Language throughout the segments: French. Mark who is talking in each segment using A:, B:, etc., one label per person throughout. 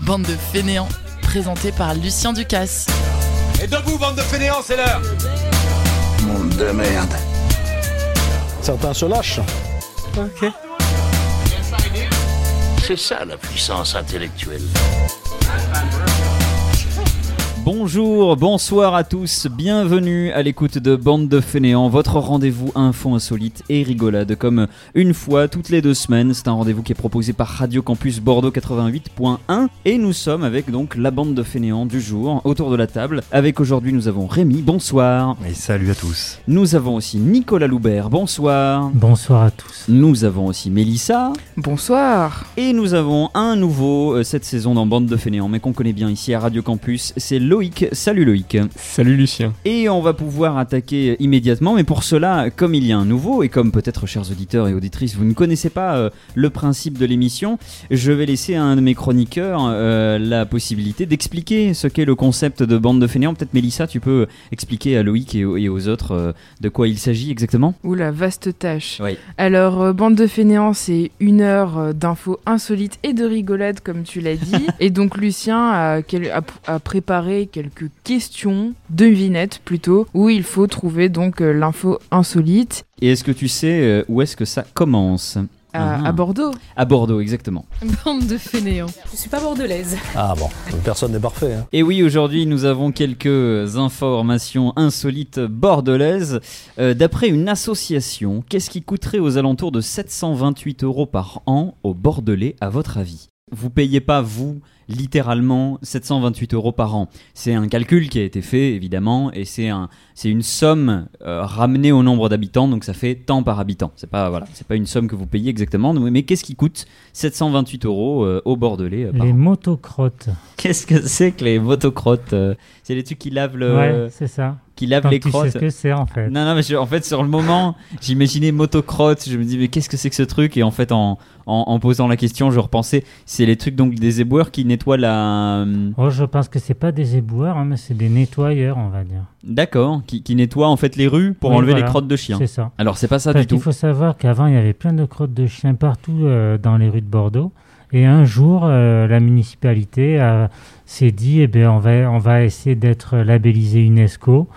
A: Bande de fainéants, présenté par Lucien Ducasse.
B: Et debout, bande de fainéants, c'est l'heure
C: Monde de merde.
D: Certains se lâchent.
E: Ok.
C: C'est ça la puissance intellectuelle.
F: Bonjour, bonsoir à tous, bienvenue à l'écoute de Bande de Fainéants, votre rendez-vous info insolite et rigolade comme une fois toutes les deux semaines. C'est un rendez-vous qui est proposé par Radio Campus Bordeaux 88.1 et nous sommes avec donc la bande de fainéants du jour autour de la table. Avec aujourd'hui nous avons Rémi, bonsoir.
G: Et salut à tous.
F: Nous avons aussi Nicolas Loubert, bonsoir.
E: Bonsoir à tous.
F: Nous avons aussi Mélissa.
H: Bonsoir.
F: Et nous avons un nouveau euh, cette saison dans Bande de Fainéants, mais qu'on connaît bien ici à Radio Campus, c'est Loïc. Salut Loïc.
I: Salut Lucien.
F: Et on va pouvoir attaquer euh, immédiatement, mais pour cela, comme il y a un nouveau, et comme peut-être chers auditeurs et auditrices, vous ne connaissez pas euh, le principe de l'émission, je vais laisser à un de mes chroniqueurs euh, la possibilité d'expliquer ce qu'est le concept de Bande de Fainéants. Peut-être Mélissa, tu peux expliquer à Loïc et, aux- et aux autres euh, de quoi il s'agit exactement
H: Ouh la vaste tâche.
F: Oui.
H: Alors, euh, Bande de fainéants, c'est une heure euh, d'infos insolites et de rigolades, comme tu l'as dit. et donc, Lucien a, quel- a p- a préparé quelques questions, devinettes plutôt, où il faut trouver donc euh, l'info insolite
F: Et est-ce que tu sais euh, où est-ce que ça commence
H: à,
F: Ah.
H: à Bordeaux.
F: À Bordeaux, exactement.
J: Bande de fainéants. Je suis pas bordelaise.
D: Ah bon, personne n'est parfait. hein.
F: Et oui, aujourd'hui, nous avons quelques informations insolites bordelaises. Euh, D'après une association, qu'est-ce qui coûterait aux alentours de 728 euros par an aux Bordelais, à votre avis Vous payez pas, vous, littéralement, 728 euros par an. C'est un calcul qui a été fait, évidemment, et c'est un, c'est une somme euh, ramenée au nombre d'habitants, donc ça fait tant par habitant. C'est pas, voilà, c'est pas une somme que vous payez exactement, mais qu'est-ce qui coûte 728 euros euh, aux Bordelais euh, par
E: Les
F: an
E: motocrottes.
F: Qu'est-ce que c'est que les motocrottes euh, C'est les trucs qui lavent, le,
E: Ouais, c'est ça.
F: qui lavent
E: Quand
F: Euh, les
E: tu sais
F: crottes.
E: ce que c'est en fait.
F: Non, non, mais je- en fait, sur le moment, j'imaginais motocrotte, je me dis, mais qu'est-ce que c'est que ce truc Et en fait, en, en, en posant la question, je repensais, c'est les trucs donc des éboueurs qui nettoient la. hum,
E: Oh, je pense que c'est pas des éboueurs, hein, mais c'est des nettoyeurs, on va dire.
F: D'accord, qui, qui nettoient en fait les rues pour
E: Oui,
F: enlever
E: voilà.
F: les crottes de chiens.
E: C'est ça.
F: Alors, c'est pas ça
E: Parce
F: du tout.
E: qu'il faut savoir qu'avant, il y avait plein de crottes de chiens partout euh, dans les rues de Bordeaux. Et un jour, euh, la municipalité a- s'est dit, eh bien, on, va, on va essayer d'être labellisé UNESCO.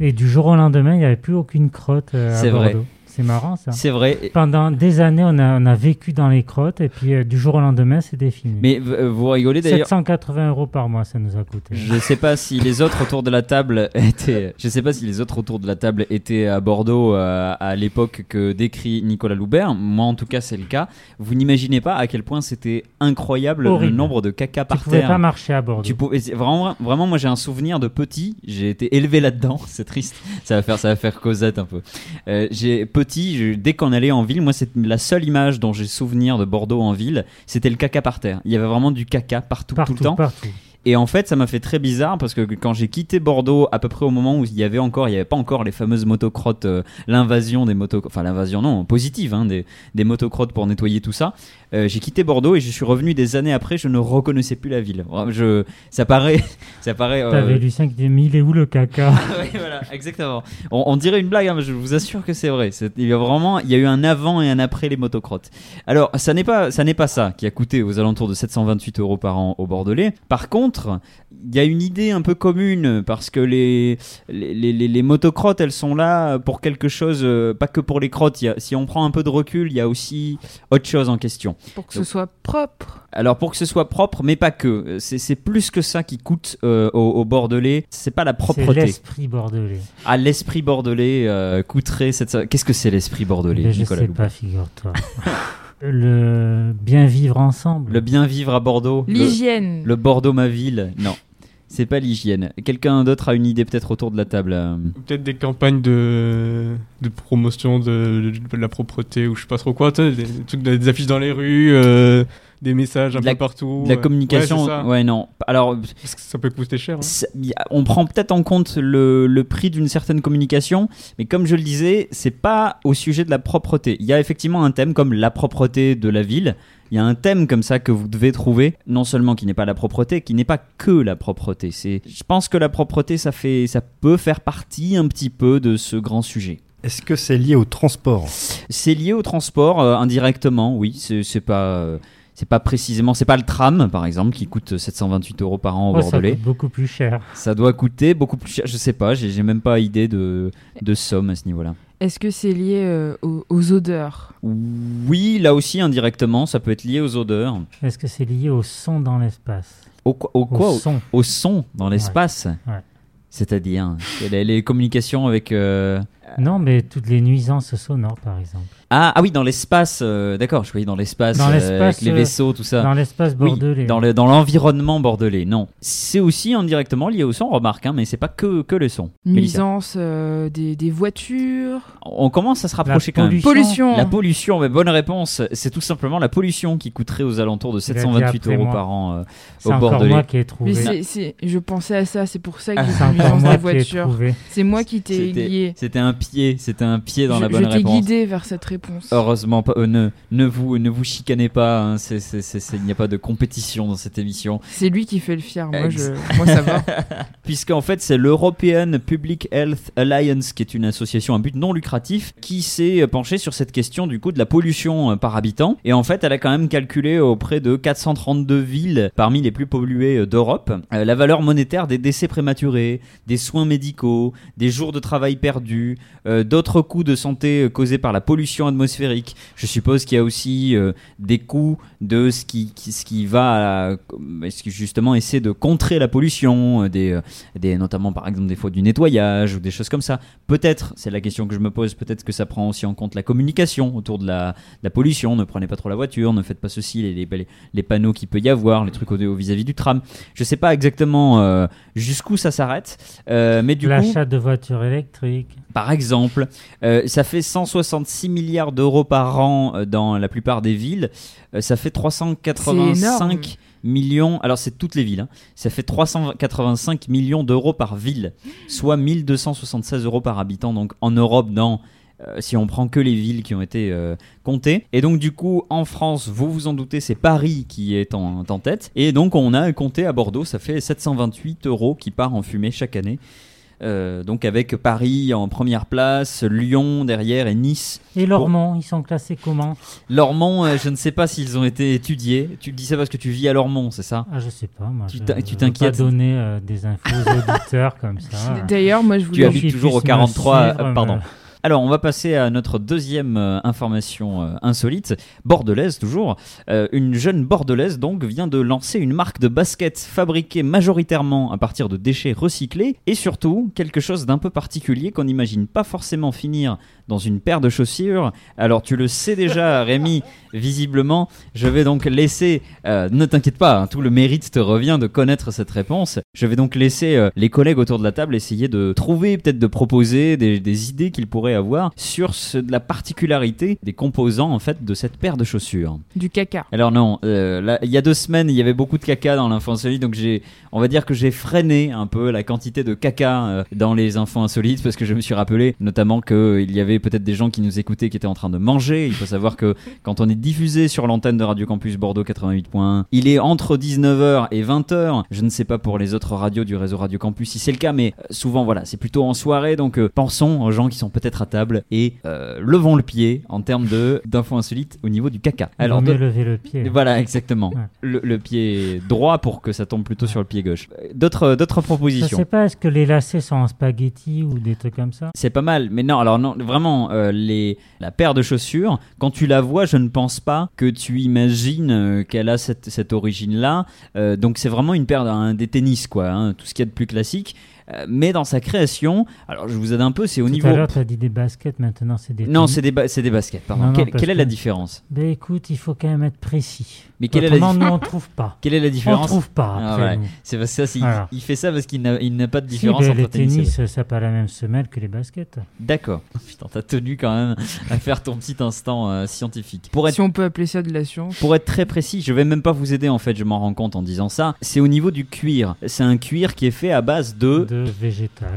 E: Et du jour au lendemain, il n'y avait plus aucune crotte euh, à
F: C'est vrai.
E: Bordeaux. C'est marrant ça.
F: C'est vrai. Et-
E: Pendant des années, on a, on a vécu dans les crottes et puis euh, du jour au lendemain, c'était fini.
F: Mais v- euh, vous rigolez d'ailleurs.
E: 780 euros par mois, ça nous a coûté.
F: Je sais pas si les autres autour de la table étaient. Je sais pas si les autres autour de la table étaient à Bordeaux euh, à l'époque que décrit Nicolas Loubert. Moi, en tout cas, c'est le cas. Vous n'imaginez pas à quel point c'était incroyable
E: Horrible.
F: le nombre de caca
E: Tu
F: par
E: pouvais
F: terre.
E: pas marcher à Bordeaux.
F: Tu pouvais- c'est vraiment, vraiment, moi j'ai un souvenir de petit. J'ai été élevé là-dedans. C'est triste. Ça va faire, ça va faire Cosette un peu. Euh, j'ai petit, je- dès qu'on allait en ville, moi c'est la seule image dont j'ai souvenir de Bordeaux en ville, c'était le caca par terre. Il y avait vraiment du caca partout,
E: partout,
F: tout le temps.
E: partout.
F: Et en fait, ça m'a fait très bizarre parce que quand j'ai quitté Bordeaux, à peu près au moment où il y avait encore, il n'y avait pas encore les fameuses motocrottes, euh, l'invasion des motos, enfin l'invasion non, positive, hein, des, des motocrottes pour nettoyer tout ça. euh, j'ai quitté Bordeaux et je suis revenu des années après, je ne reconnaissais plus la ville. Vraiment, Je, ça paraît, ça paraît. euh,
E: T'avais Lucien qui disait, mais il est où le caca
F: oui, voilà, exactement. On, on dirait une blague, hein, mais je vous assure que c'est vrai. C'est- Il y a vraiment, il y a eu un avant et un après les motocrottes. Alors, ça n'est pas, ça n'est pas ça qui a coûté aux alentours de 728 euros par an au Bordelais. Par contre, il y a une idée un peu commune parce que les les, les, les- les motocrottes, elles sont là pour quelque chose, euh, pas que pour les crottes. Il y a- si on prend un peu de recul, il y a aussi autre chose en question.
H: Pour que ce soit propre.
F: Alors pour que ce soit propre, mais pas que. Euh, C'est c'est plus que ça qui coûte euh, aux, aux Bordelais. C'est pas la
E: C'est
F: propreté.
E: l'esprit bordelais.
F: À l'esprit bordelais euh, coûterait cette. Qu'est-ce que c'est l'esprit bordelais,
E: Mais je
F: Nicolas
E: sais
F: Loubet
E: pas, figure-toi. le bien vivre ensemble.
F: Le bien vivre à Bordeaux. Le,
H: L'hygiène.
F: le Bordeaux ma ville. Non, c'est pas l'hygiène. Quelqu'un d'autre a une idée peut-être autour de la table. euh.
I: Peut-être des campagnes de, de promotion de, de la propreté ou je sais pas trop quoi. tu sais, Des, des trucs, des affiches dans les rues, euh, des messages un
F: De la-
I: peu partout.
F: De la
I: ouais.
F: communication.
I: Ouais, c'est ça.
F: non. Alors
I: Parce que ça peut coûter cher. hein.
F: Ça- y a- on prend peut-être en compte le, le prix d'une certaine communication, mais comme je le disais, c'est pas au sujet de la propreté. Il y a effectivement un thème comme la propreté de la ville. Il y a un thème comme ça que vous devez trouver, non seulement qui n'est pas la propreté, qui n'est pas que la propreté. C'est, je pense que la propreté, ça fait, ça peut faire partie un petit peu de ce grand sujet.
G: Est-ce que c'est lié au transport
F: C'est lié au transport euh, indirectement, oui. C'est c'est pas, euh, C'est pas précisément, c'est pas le tram par exemple qui coûte 728 euros par an au
E: Oh, ça
F: Bordelais.
E: coûte beaucoup plus cher.
F: Ça doit coûter beaucoup plus cher. Je sais pas, j'ai j'ai même pas idée de, de somme à ce niveau-là.
H: Est-ce que c'est lié euh, aux, aux odeurs
F: Oui, là aussi indirectement, ça peut être lié aux odeurs.
E: Est-ce que c'est lié au son dans l'espace
F: Au quoi, au
E: Au
F: quoi, au-
E: son.
F: au son dans l'espace.
E: Ouais.
F: C'est-à-dire les, les communications avec. euh,
E: Non, mais toutes les nuisances sonores, par exemple.
F: Ah, ah oui, dans l'espace, euh, d'accord, je voyais dans l'espace,
E: Dans
F: euh,
E: l'espace,
F: avec les
E: euh,
F: vaisseaux, tout ça.
E: Dans l'espace
F: Oui,
E: bordelais.
F: dans le- dans l'environnement bordelais, non. C'est aussi indirectement lié au son, remarque, hein, mais c'est pas que, que le son. Mélissa.
H: Nuisance euh, des, des voitures
F: On commence à se
E: la
F: rapprocher quand même.
E: pollution.
H: Pollution
F: La pollution, mais bonne réponse, c'est tout simplement la pollution qui coûterait aux alentours de
E: Il a dit
F: 728
E: après
F: euros
E: moi.
F: par an. euh.
E: C'est
F: au
E: encore
F: Bordelais.
E: moi qui ai
H: Mais
E: trouvé. C'est
H: c'est, c'est- je pensais à ça, c'est pour ça
F: Ah,
H: que j'ai dit
E: encore
H: nuisance
E: moi
H: des
E: qui ai
H: voitures.
E: trouvé.
H: C'est moi qui t'ai
F: C'était
H: lié.
F: c'était un pied, c'était un pied dans
H: je,
F: la bonne
H: je t'ai
F: réponse.
H: guidé vers cette réponse.
F: Heureusement, pas- euh, ne, ne, vous, ne vous chicanez pas, hein, c'est- c'est- c'est- c'est- il n'y a pas de compétition dans cette émission.
H: C'est lui qui fait le fier, moi,
F: Ex-
H: je, moi ça va.
F: Puisqu'en fait, c'est l'European Public Health Alliance, qui est une association à but non lucratif, qui s'est penchée sur cette question du coup de la pollution euh, par habitant. Et en fait, elle a quand même calculé auprès de 432 villes parmi les plus polluées euh, d'Europe euh, la valeur monétaire des décès prématurés, des soins médicaux, des jours de travail perdus, euh, d'autres coûts de santé euh, causés par la pollution atmosphérique. Je suppose qu'il y a aussi euh, des coûts de ce qui, qui- ce qui va à- ce qui justement essaie de contrer la pollution, euh, des, euh, des, notamment par exemple des fois du nettoyage ou des choses comme ça. Peut-être, c'est la question que je me pose, peut-être que ça prend aussi en compte la communication autour de la, de la pollution. Ne prenez pas trop la voiture, ne faites pas ceci, les, les, les- les panneaux qu'il peut y avoir, les trucs au- au- vis-à-vis du tram. Je sais pas exactement euh, jusqu'où ça s'arrête, euh, mais du coup,
E: L'achat de voitures électriques.
F: par exemple, euh, ça fait 166 milliards d'euros par an euh, dans la plupart des villes. Euh, ça fait
H: C'est énorme.
F: 385 millions. Alors, c'est toutes les villes. hein. Ça fait 385 millions d'euros par ville, soit 1276 euros par habitant. Donc, en Europe, dans. euh, si on prend que les villes qui ont été euh, comptées. Et donc, du coup, en France, vous vous en doutez, c'est Paris qui est en, en tête. Et donc, on a compté à Bordeaux, ça fait 728 euros qui part en fumée chaque année. Euh, donc avec Paris en première place, Lyon derrière et Nice.
E: Et Lormont, ils sont classés comment
F: Lormont, euh, je ne sais pas s'ils ont été étudiés. Tu le dis ça parce que tu vis à Lormont, c'est ça
E: Ah, je sais pas, moi.
F: Tu
E: je-
F: t'in- tu
E: je veux
F: t'inquiètes.
E: pas donner euh, des infos aux auditeurs comme ça.
H: D'ailleurs, moi je
F: Tu
H: voulais.
F: habites
E: qu'ils
F: toujours au
E: puissent me
F: 43.
E: suivre,
F: euh, pardon.
E: me-
F: Alors on va passer à notre deuxième euh, information euh, insolite, bordelaise toujours. Euh, une jeune bordelaise donc vient de lancer une marque de baskets fabriquée majoritairement à partir de déchets recyclés et surtout quelque chose d'un peu particulier qu'on n'imagine pas forcément finir dans une paire de chaussures. Alors tu le sais déjà Rémi, visiblement, je vais donc laisser, euh, ne t'inquiète pas, hein, tout le mérite te revient de connaître cette réponse, je vais donc laisser euh, les collègues autour de la table essayer de trouver, peut-être de proposer des, des idées qu'ils pourraient avoir sur ce- de la particularité des composants en fait de cette paire de chaussures.
H: Du caca.
F: Alors non, euh, là, il y a deux semaines, il y avait beaucoup de caca dans l'info insolite, donc j'ai, on va dire que j'ai freiné un peu la quantité de caca euh, dans les infos insolites parce que je me suis rappelé notamment qu'il y avait peut-être des gens qui nous écoutaient qui étaient en train de manger. Il faut savoir que quand on est diffusé sur l'antenne de Radio Campus Bordeaux 88.1, il est entre 19h et 20h. Je ne sais pas pour les autres radios du réseau Radio Campus si c'est le cas, mais euh, souvent voilà, c'est plutôt en soirée, donc euh, pensons aux gens qui sont peut-être à table et euh, levons le pied en termes de d'infos insolites au niveau du caca.
E: Alors,
F: de-
E: mieux lever le pied.
F: voilà, exactement.
E: Ouais.
F: Le, le pied droit pour que ça tombe plutôt sur le pied gauche. Euh, D'autres, d'autres
E: Je sais
F: propositions.
E: pas, est-ce que les lacets sont en spaghetti ou des trucs comme ça
F: C'est pas mal, mais non, alors non, vraiment, euh, les, la paire de chaussures, quand tu la vois, je ne pense pas que tu imagines euh, qu'elle a cette, cette origine-là. Euh, donc c'est vraiment une paire d'un- des tennis, quoi, hein, tout ce qu'il y a de plus classique. Euh, mais dans sa création, alors je vous aide un peu, c'est au
E: Tout
F: niveau.
E: à l'heure, t'as dit des baskets, maintenant c'est des.
F: Non,
E: tenues.
F: c'est des, ba- c'est des baskets, pardon.
E: Non, non,
F: quelle
E: parce
F: quelle est
E: que-
F: la différence
E: Ben écoute, il faut quand même être précis.
F: Mais quelle est la
E: Autrement,
F: dif-
E: nous, on trouve pas.
F: Quelle est la
E: On
F: différence
E: trouve pas
F: Ah,
E: après
F: ouais.
E: nous.
F: C'est parce que ça, c'est-
E: Voilà.
F: il fait ça parce qu'il n'a, il n'a pas de
E: Si,
F: différence
E: ben,
F: entre
E: les
F: tennis et
E: tennis, ça n'a pas la même semelle que les baskets.
F: D'accord. Putain, t'as tenu quand même à faire ton petit instant euh, scientifique. Pour être,
H: Si on peut appeler ça de la science.
F: pour être très précis, je vais même pas vous aider en fait, je m'en rends compte en disant ça. C'est au niveau du cuir. C'est un cuir qui est fait à base de.
E: De végétal.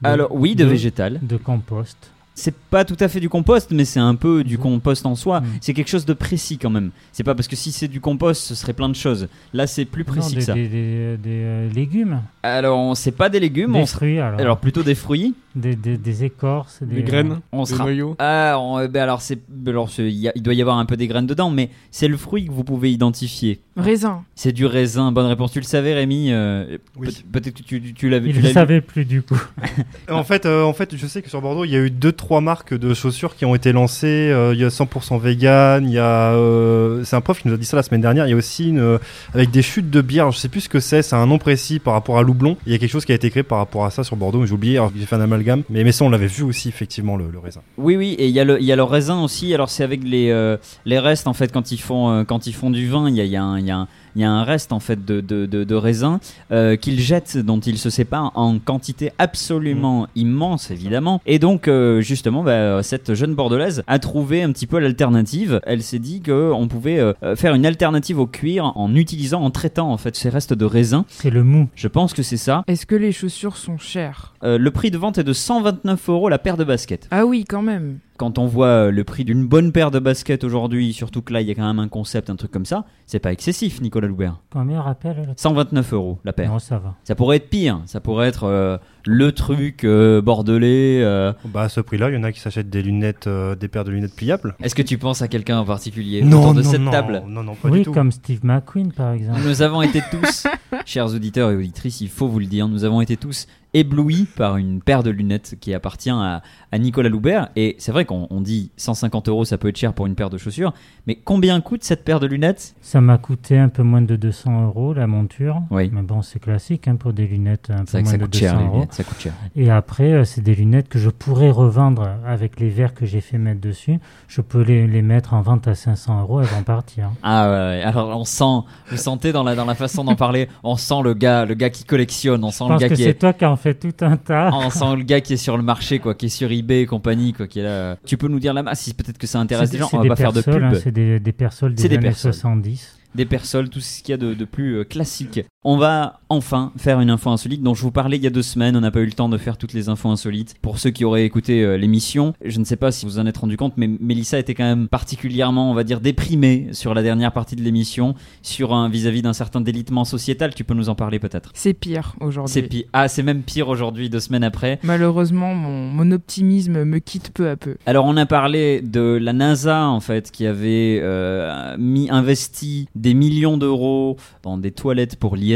E: de-
F: Alors, oui, de végétal.
E: De compost.
F: c'est pas tout à fait du compost, mais c'est un peu du compost en soi.
E: Mm.
F: C'est quelque chose de précis quand même. C'est pas parce que si c'est du compost, ce serait plein de choses. Là, c'est plus
E: Non,
F: précis
E: des,
F: que ça.
E: des- des- des, euh, légumes,
F: Alors, on sait pas des légumes,
E: des
F: on se-
E: fruits, hein. alors,
F: alors plutôt des fruits.
E: Des, des- des écorces, des,
I: Les graines,
F: Mmh. on
I: les
F: sera-
I: noyaux.
F: Ah, on- euh, ben alors c'est, alors c'est- il y a- il doit y avoir un peu des graines dedans, mais c'est le fruit que vous pouvez identifier.
H: Raisin.
F: C'est du raisin. Bonne réponse. Tu le savais, Rémi. euh,
G: Oui.
F: peut- Peut-être que tu, tu- tu l'avais.
E: Il
F: tu
E: ne
F: l'as lu.
E: savait plus du coup.
G: En fait, euh, en fait, je sais que sur Bordeaux, il y a eu deux, trois marques de chaussures qui ont été lancées. Euh, il y a 100% vegan. Il y a, euh, c'est un prof qui nous a dit ça la semaine dernière. Il y a aussi une euh, avec des chutes de bière. Je sais plus ce que c'est. C'est un nom précis par rapport à Loublon. Il y a quelque chose qui a été créé par rapport à ça sur Bordeaux. mais J'ai oublié. Alors j'ai fait un amalgame. Mais mais ça, on l'avait vu aussi effectivement le, le raisin.
F: Oui, oui. Et il y a le, il y a le raisin aussi. Alors c'est avec les, euh, les restes en fait quand ils font, euh, quand ils font du vin, il y a, il y a un, il y a un- il y a un reste en fait de, de, de- de raisin euh, qu'ils jettent, dont ils se séparent en quantité absolument immense évidemment. Et donc euh, justement, bah, cette jeune bordelaise a trouvé un petit peu l'alternative. Elle s'est dit que on pouvait euh, faire une alternative au cuir en utilisant, en traitant en fait ces restes de raisin.
E: C'est le mou.
F: Je pense que c'est ça.
H: Est-ce que les chaussures sont chères
F: Euh, le prix de vente est de 129 euros la paire de baskets.
H: Ah oui, quand même.
F: quand on voit euh, le prix d'une bonne paire de baskets aujourd'hui, surtout que là, il y a quand même un concept, un truc comme ça, c'est pas excessif, Nicolas Loubert.
E: Combien rappelle le
F: 129 euros la paire.
E: Non, ça va.
F: Ça pourrait être pire, ça pourrait être euh, le truc euh, bordelais. euh.
G: Bah à ce prix-là, il y en a qui s'achètent des lunettes, euh, des paires de lunettes pliables.
F: Est-ce que tu penses à quelqu'un en particulier autour de cette
G: non,
F: table
G: non, non, pas
E: Oui,
G: du tout.
E: comme Steve McQueen par exemple.
F: Nous avons été tous, chers auditeurs et auditrices, il faut vous le dire, nous avons été tous éblouis par une paire de lunettes qui appartient à, à Nicolas Loubert. Et c'est vrai qu'on on dit 150 euros, ça peut être cher pour une paire de chaussures, mais combien coûte cette paire de lunettes
E: Ça m'a coûté un peu moins de 200 euros la monture.
F: Oui.
E: Mais bon, c'est classique hein, pour des lunettes un
F: C'est vrai
E: peu
F: que
E: moins
F: ça
E: de
F: coûte cher,
E: 200
F: les
E: euros.
F: lunettes, ça coûte cher.
E: Et après, euh, c'est des lunettes que je pourrais revendre avec les verres que j'ai fait mettre dessus. Je peux les, les mettre en vente à 500 euros, elles vont partir.
F: Ah ouais, ouais, alors on sent, vous sentez dans la, dans la façon d'en parler, on sent le gars, le gars qui collectionne, on sent
E: Je
F: le
E: pense
F: gars
E: que
F: qui
E: c'est
F: est...
E: toi qui en fais tout un tas.
F: On sent le gars qui est sur le marché, quoi, qui est sur eBay et compagnie, quoi, qui est là. Tu peux nous dire la masse, si peut-être que ça intéresse
E: C'est-
F: des gens,
E: c'est
F: on va pas faire de
E: persoles,
F: pub.
E: hein, c'est des, des persoles des,
F: C'est des
E: années
F: persoles.
E: 70.
F: des persoles, tout ce qu'il y a de, de plus euh, classique. On va enfin faire une info insolite dont je vous parlais il y a deux semaines. On n'a pas eu le temps de faire toutes les infos insolites. Pour ceux qui auraient écouté euh, l'émission, je ne sais pas si vous en êtes rendu compte, mais Mélissa était quand même particulièrement, on va dire, déprimée sur la dernière partie de l'émission, sur un vis-à-vis d'un certain délitement sociétal. Tu peux nous en parler peut-être
H: C'est pire aujourd'hui.
F: C'est pire. Ah, c'est même pire aujourd'hui, deux semaines après.
H: Malheureusement, mon, mon optimisme me quitte peu à peu.
F: Alors on a parlé de la NASA en fait qui avait euh, mis investi des millions d'euros dans des toilettes pour l'ISS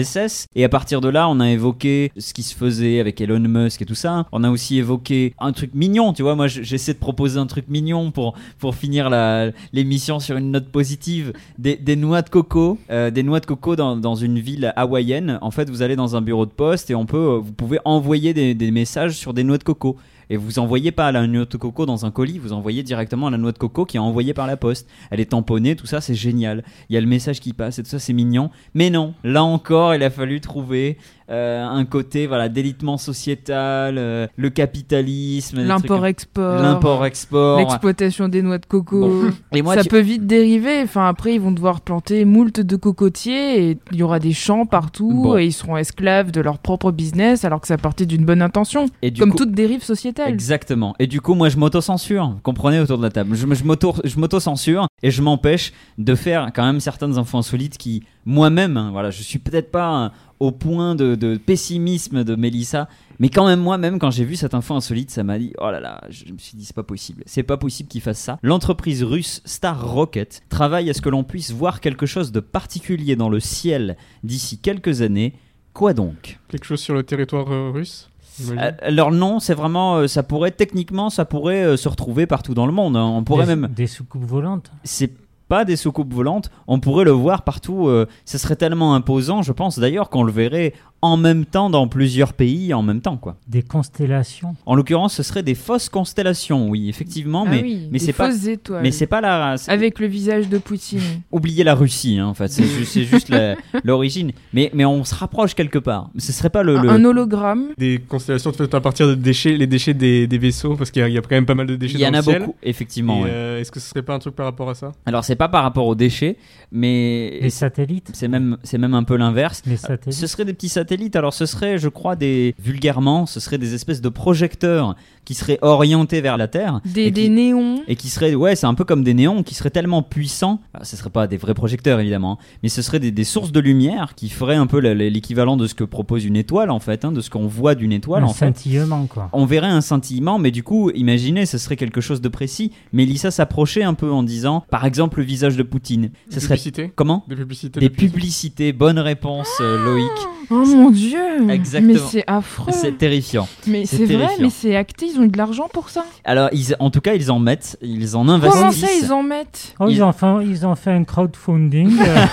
F: et à partir de là on a évoqué ce qui se faisait avec Elon Musk et tout ça. On a aussi évoqué un truc mignon, tu vois, moi je- j'essaie de proposer un truc mignon pour pour finir la- l'émission sur une note positive des, des noix de coco, euh, des noix de coco dans, dans une ville hawaïenne. En fait, vous allez dans un bureau de poste et on peut euh, vous pouvez envoyer des- des messages sur des noix de coco et vous envoyez pas la noix de coco dans un colis, vous envoyez directement la noix de coco qui est envoyée par la poste. Elle est tamponnée, tout ça, c'est génial. Il y a le message qui passe et tout ça, c'est mignon. Mais non, là encore, il a fallu trouver euh, un côté, voilà, délitement sociétal, euh, le capitalisme, des trucs comme-
H: L'import-export.
F: l'import-export.
H: L'exploitation des noix de coco.
F: Bon. Et moi,
H: ça
F: tu-
H: peut vite dériver. Enfin, après, ils vont devoir planter moult de cocotiers et il y aura des champs partout
F: Bon.
H: et ils seront esclaves de leur propre business alors que ça partait d'une bonne intention.
F: et du
H: comme
F: coup-
H: toute dérive sociétale.
F: Exactement. Et du coup, moi, je m'auto-censure. Vous comprenez autour de la table. Je, me- je m'auto- je m'auto-censure et je m'empêche de faire quand même certaines infos insolites qui, moi-même, hein, voilà, je suis peut-être pas euh, au point de, de pessimisme de Mélissa, mais quand même, moi-même, quand j'ai vu cette info insolite, ça m'a dit, oh là là, je me suis dit, c'est pas possible. C'est pas possible qu'ils fassent ça. L'entreprise russe Star Rocket travaille à ce que l'on puisse voir quelque chose de particulier dans le ciel d'ici quelques années. Quoi donc
I: Quelque chose sur le territoire euh, russe j'imagine.
F: euh, leur nom, c'est vraiment, euh, ça pourrait techniquement, ça pourrait euh, se retrouver partout dans le monde. hein. On pourrait
E: des,
F: même,
E: Des soucoupes volantes.
F: c'est pas des soucoupes volantes, on pourrait le voir partout. euh, ce serait tellement imposant, je pense d'ailleurs qu'on le verrait en même temps dans plusieurs pays en même temps quoi.
E: Des constellations.
F: En l'occurrence, ce serait des fausses constellations, oui effectivement,
H: Ah
F: mais
H: oui,
F: mais
H: des
F: c'est pas-
H: fausses étoiles.
F: mais c'est pas la, c'est-
H: Avec le visage de Poutine.
F: oubliez la Russie hein, en fait, c'est ju- c'est juste la- l'origine. Mais mais on se rapproche quelque part. Ce serait pas le,
H: Un-
F: Euh, le-
H: Un hologramme.
I: Des constellations faites à partir de déchets, les déchets des, des vaisseaux, parce qu'il y, a- il y a quand même pas mal de déchets
F: il y en
I: dans
F: a
I: le ciel.
F: beaucoup
I: Et,
F: effectivement. ouais.
I: euh, Est-ce que ce serait pas un truc par rapport à ça
F: Alors c'est pas par rapport aux déchets, mais
E: Des satellites.
F: C'est même, c'est même un peu l'inverse.
E: Les
F: Ah, Ce
E: satellites.
F: serait des petits satellites. Alors ce serait, je crois, des vulgairement, ce serait des espèces de projecteurs qui seraient orientés vers la Terre.
H: Des,
F: et
H: des
F: qui-
H: néons.
F: et qui seraient, ouais, c'est un peu comme des néons, qui seraient tellement puissants, alors, ce ne seraient pas des vrais projecteurs évidemment, hein, mais ce seraient des, des sources de lumière qui feraient un peu la- la- l'équivalent de ce que propose une étoile en fait, hein, de ce qu'on voit d'une étoile
E: un
F: en fait.
E: scintillement, quoi.
F: On verrait un scintillement, mais du coup, imaginez, ce serait quelque chose de précis. Mélissa s'approchait un peu en disant, par exemple, le visage de Poutine. Ce
I: Des
F: serait
I: publicités
F: comment
I: Des publicités.
F: Des
I: de pub-
F: publicités. Bonne réponse, euh, Loïc.
H: Oh mon dieu
F: Exactement.
H: Mais c'est affreux
F: C'est terrifiant.
H: Mais
F: c'est
H: c'est vrai,
F: terrifiant.
H: mais c'est acté, ils ont eu de l'argent pour ça
F: Alors, ils, en tout cas, ils en mettent, ils en
H: Comment
F: investissent.
H: ça, ils en mettent
E: Oh, ils,
F: Ils-
E: ont fait, ils ont fait un crowdfunding. euh,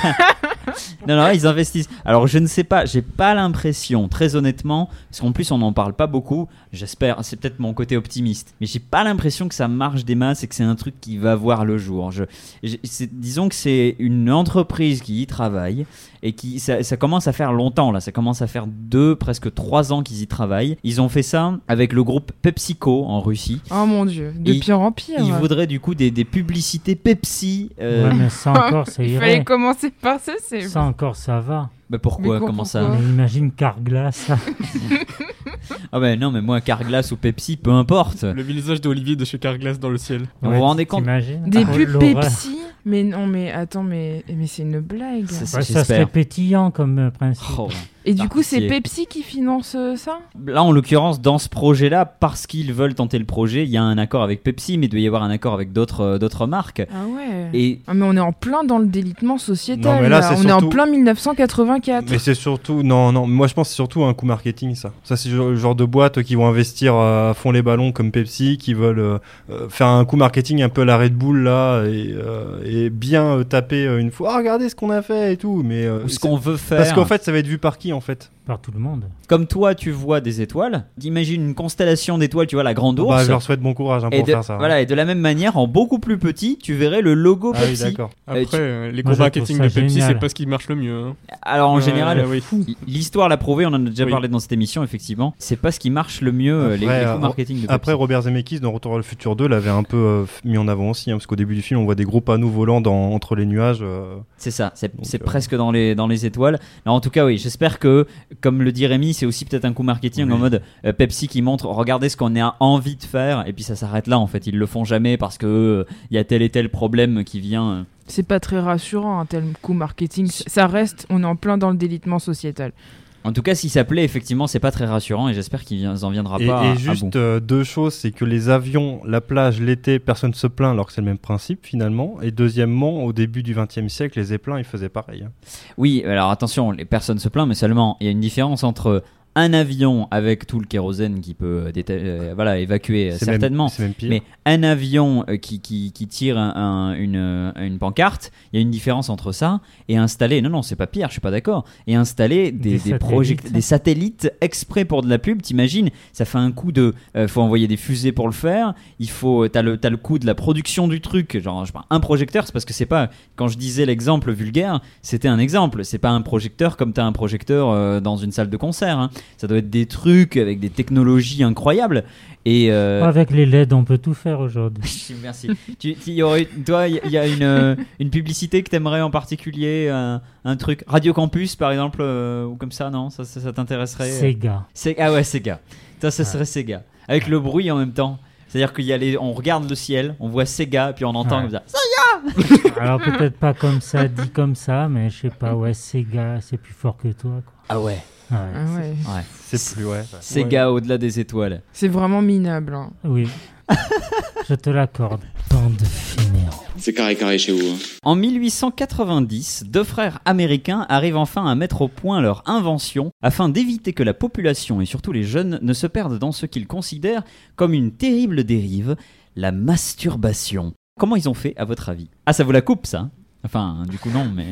F: Non, non, ils investissent. Alors, je ne sais pas, j'ai pas l'impression, très honnêtement, parce qu'en plus, on n'en parle pas beaucoup, j'espère, c'est peut-être mon côté optimiste, mais j'ai pas l'impression que ça marche des masses et que c'est un truc qui va voir le jour. Je, j'ai- c'est- disons que c'est une entreprise qui y travaille et qui, ça, ça commence à faire longtemps, là, ça commence à faire deux, presque trois ans qu'ils y travaillent. Ils ont fait ça avec le groupe PepsiCo en Russie.
H: Oh mon dieu, de
F: Ils-
H: pire en pire
F: Ils voudraient du coup des, des publicités Pepsi. euh,
E: ouais, mais ça encore, ça
H: Il fallait
E: irait.
H: commencer par ça, c'est...
E: Ça encore, ça va.
F: bah pourquoi
H: Mais quoi,
F: Comment ça
H: pourquoi
E: Mais imagine Carglass.
F: Ah ben non, mais moi, Carglass ou Pepsi, peu importe.
I: Le visage d'Olivier de chez Carglass dans le ciel.
F: Vous vous rendez compte
E: t'imagines
H: Des
E: Ah,
H: pubs
E: l'horreur.
H: Pepsi Mais non, mais attends, mais, mais c'est une blague
F: C'est ça,
E: Ouais, ça serait
F: j'espère.
E: pétillant comme euh, principe.
F: Oh.
H: Et du coup, c'est
F: Pitié.
H: Pepsi qui finance euh, ça
F: Là, en l'occurrence, dans ce projet-là, parce qu'ils veulent tenter le projet, il y a un accord avec Pepsi, mais il doit y avoir un accord avec d'autres euh, d'autres marques.
H: Ah ouais
F: Et
H: Ah, mais on est en plein dans le délitement sociétal,
G: Non, mais là,
H: là.
G: c'est
H: on est en
G: surtout-
H: plein 1984.
G: Mais c'est surtout, non, non, moi je pense que c'est surtout un coup marketing ça. Ça c'est le genre de boîte qui vont investir à fond les ballons comme Pepsi, qui veulent euh, euh, faire un coup marketing un peu à la Red Bull là et, euh, et bien euh, taper euh, une fois. Ah regardez ce qu'on a fait et tout, mais euh,
F: ou ce
G: c'est-
F: qu'on veut faire.
G: parce qu'en fait ça va être vu par qui en fait
E: Par tout le monde.
F: Comme toi, tu vois des étoiles, imagine une constellation d'étoiles, tu vois la grande
G: Bah,
F: ours.
G: Je leur souhaite bon courage hein,
F: et,
G: pour
F: de,
G: faire ça. hein.
F: voilà, et de la même manière, en beaucoup plus petit, tu verrais le logo
G: Ah oui
F: Pepsi.
G: d'accord.
I: Après,
F: tu-
I: euh,
E: Moi,
I: les gros
E: je
I: marketing
E: trouve
I: de
E: ça
I: Pepsi,
E: génial.
I: c'est pas ce qui marche le mieux. hein.
F: Alors en
I: Euh,
F: général,
I: oui.
F: l'histoire l'a prouvé, on en a déjà
I: Oui.
F: parlé dans cette émission, effectivement. C'est pas ce qui marche le mieux, euh, les,
G: Après,
F: les
G: euh,
F: coups marketing de Pepsi.
G: Après, Robert Zemeckis dans Retour vers le futur 2 l'avait un peu euh, mis en avant aussi, hein, parce qu'au début du film, on voit des gros panneaux volants dans, entre les nuages. euh,
F: C'est ça, c'est
G: Donc,
F: c'est
G: euh,
F: presque dans les, dans les étoiles. Non, en tout cas, oui, j'espère que, comme le dit Rémi, c'est aussi peut-être un coup marketing en mode euh, Pepsi qui montre regardez ce qu'on a envie de faire, et puis ça s'arrête là en fait. Ils le font jamais parce que euh, il y a tel et tel problème qui vient. euh.
H: C'est pas très rassurant, un tel coup marketing. Ça reste, on est en plein dans le délitement sociétal.
F: En tout cas, si ça plaît, effectivement, c'est pas très rassurant, et j'espère qu'il vient- en viendra
G: Et,
F: pas.
G: et
F: à- à bout.
G: juste euh, deux choses, c'est que les avions, la plage, l'été, personne ne se plaint alors que c'est le même principe finalement. Et deuxièmement, au début du XXe siècle, les éplins, ils faisaient pareil. hein.
F: Oui, alors attention, les personnes se plaignent, mais seulement il y a une différence entre un avion avec tout le kérosène qui peut euh, déta- euh, voilà, évacuer euh,
G: C'est même-
F: certainement.
G: C'est même pire.
F: Mais un avion euh, qui, qui, qui tire un- un- une, euh, une pancarte, il y a une différence entre ça et installer, non, non, c'est pas pire, je suis pas d'accord, et installer des,
E: Des
F: des, project-
E: satellites.
F: des satellites exprès pour de la pub, t'imagines, ça fait un coup de. euh, faut envoyer des fusées pour le faire, il faut. euh, T'as le, t'as le coût de la production du truc, genre, je sais pas, un projecteur, c'est parce que c'est pas. Quand je disais l'exemple vulgaire, c'était un exemple, c'est pas un projecteur comme t'as un projecteur euh, dans une salle de concert, hein. ça doit être des trucs avec des technologies incroyables, et. euh,
E: Avec les LED, on peut tout faire aujourd'hui.
F: Merci. tu, tu- y aurait- toi, il y, y a une, euh, une publicité que t'aimerais en particulier, un, un truc Radio Campus par exemple, euh, ou comme ça, non Ça, ça, ça t'intéresserait euh,
E: Sega.
F: C'est ah ouais, Sega. Ça, ça
E: Ouais.
F: serait Sega. Avec le bruit en même temps. C'est-à-dire qu'il y a les, on regarde le ciel, on voit Sega, puis on entend
E: Ouais.
F: comme ça.
E: Alors peut-être pas comme ça, dit comme ça, mais je sais pas, ouais, Sega, c'est plus fort que toi. Quoi.
F: Ah ouais.
E: Ouais.
H: Ah ouais.
G: C'est plus, ouais.
F: Sega au-delà des étoiles.
H: C'est vraiment minable. hein.
E: Oui. je te l'accorde. Bande de fainéants.
K: C'est carré carré chez vous. hein.
F: En 1890, deux frères américains arrivent enfin à mettre au point leur invention afin d'éviter que la population et surtout les jeunes ne se perdent dans ce qu'ils considèrent comme une terrible dérive, la masturbation. Comment ils ont fait à votre avis Ah ça vous la coupe ça Enfin, du coup non, mais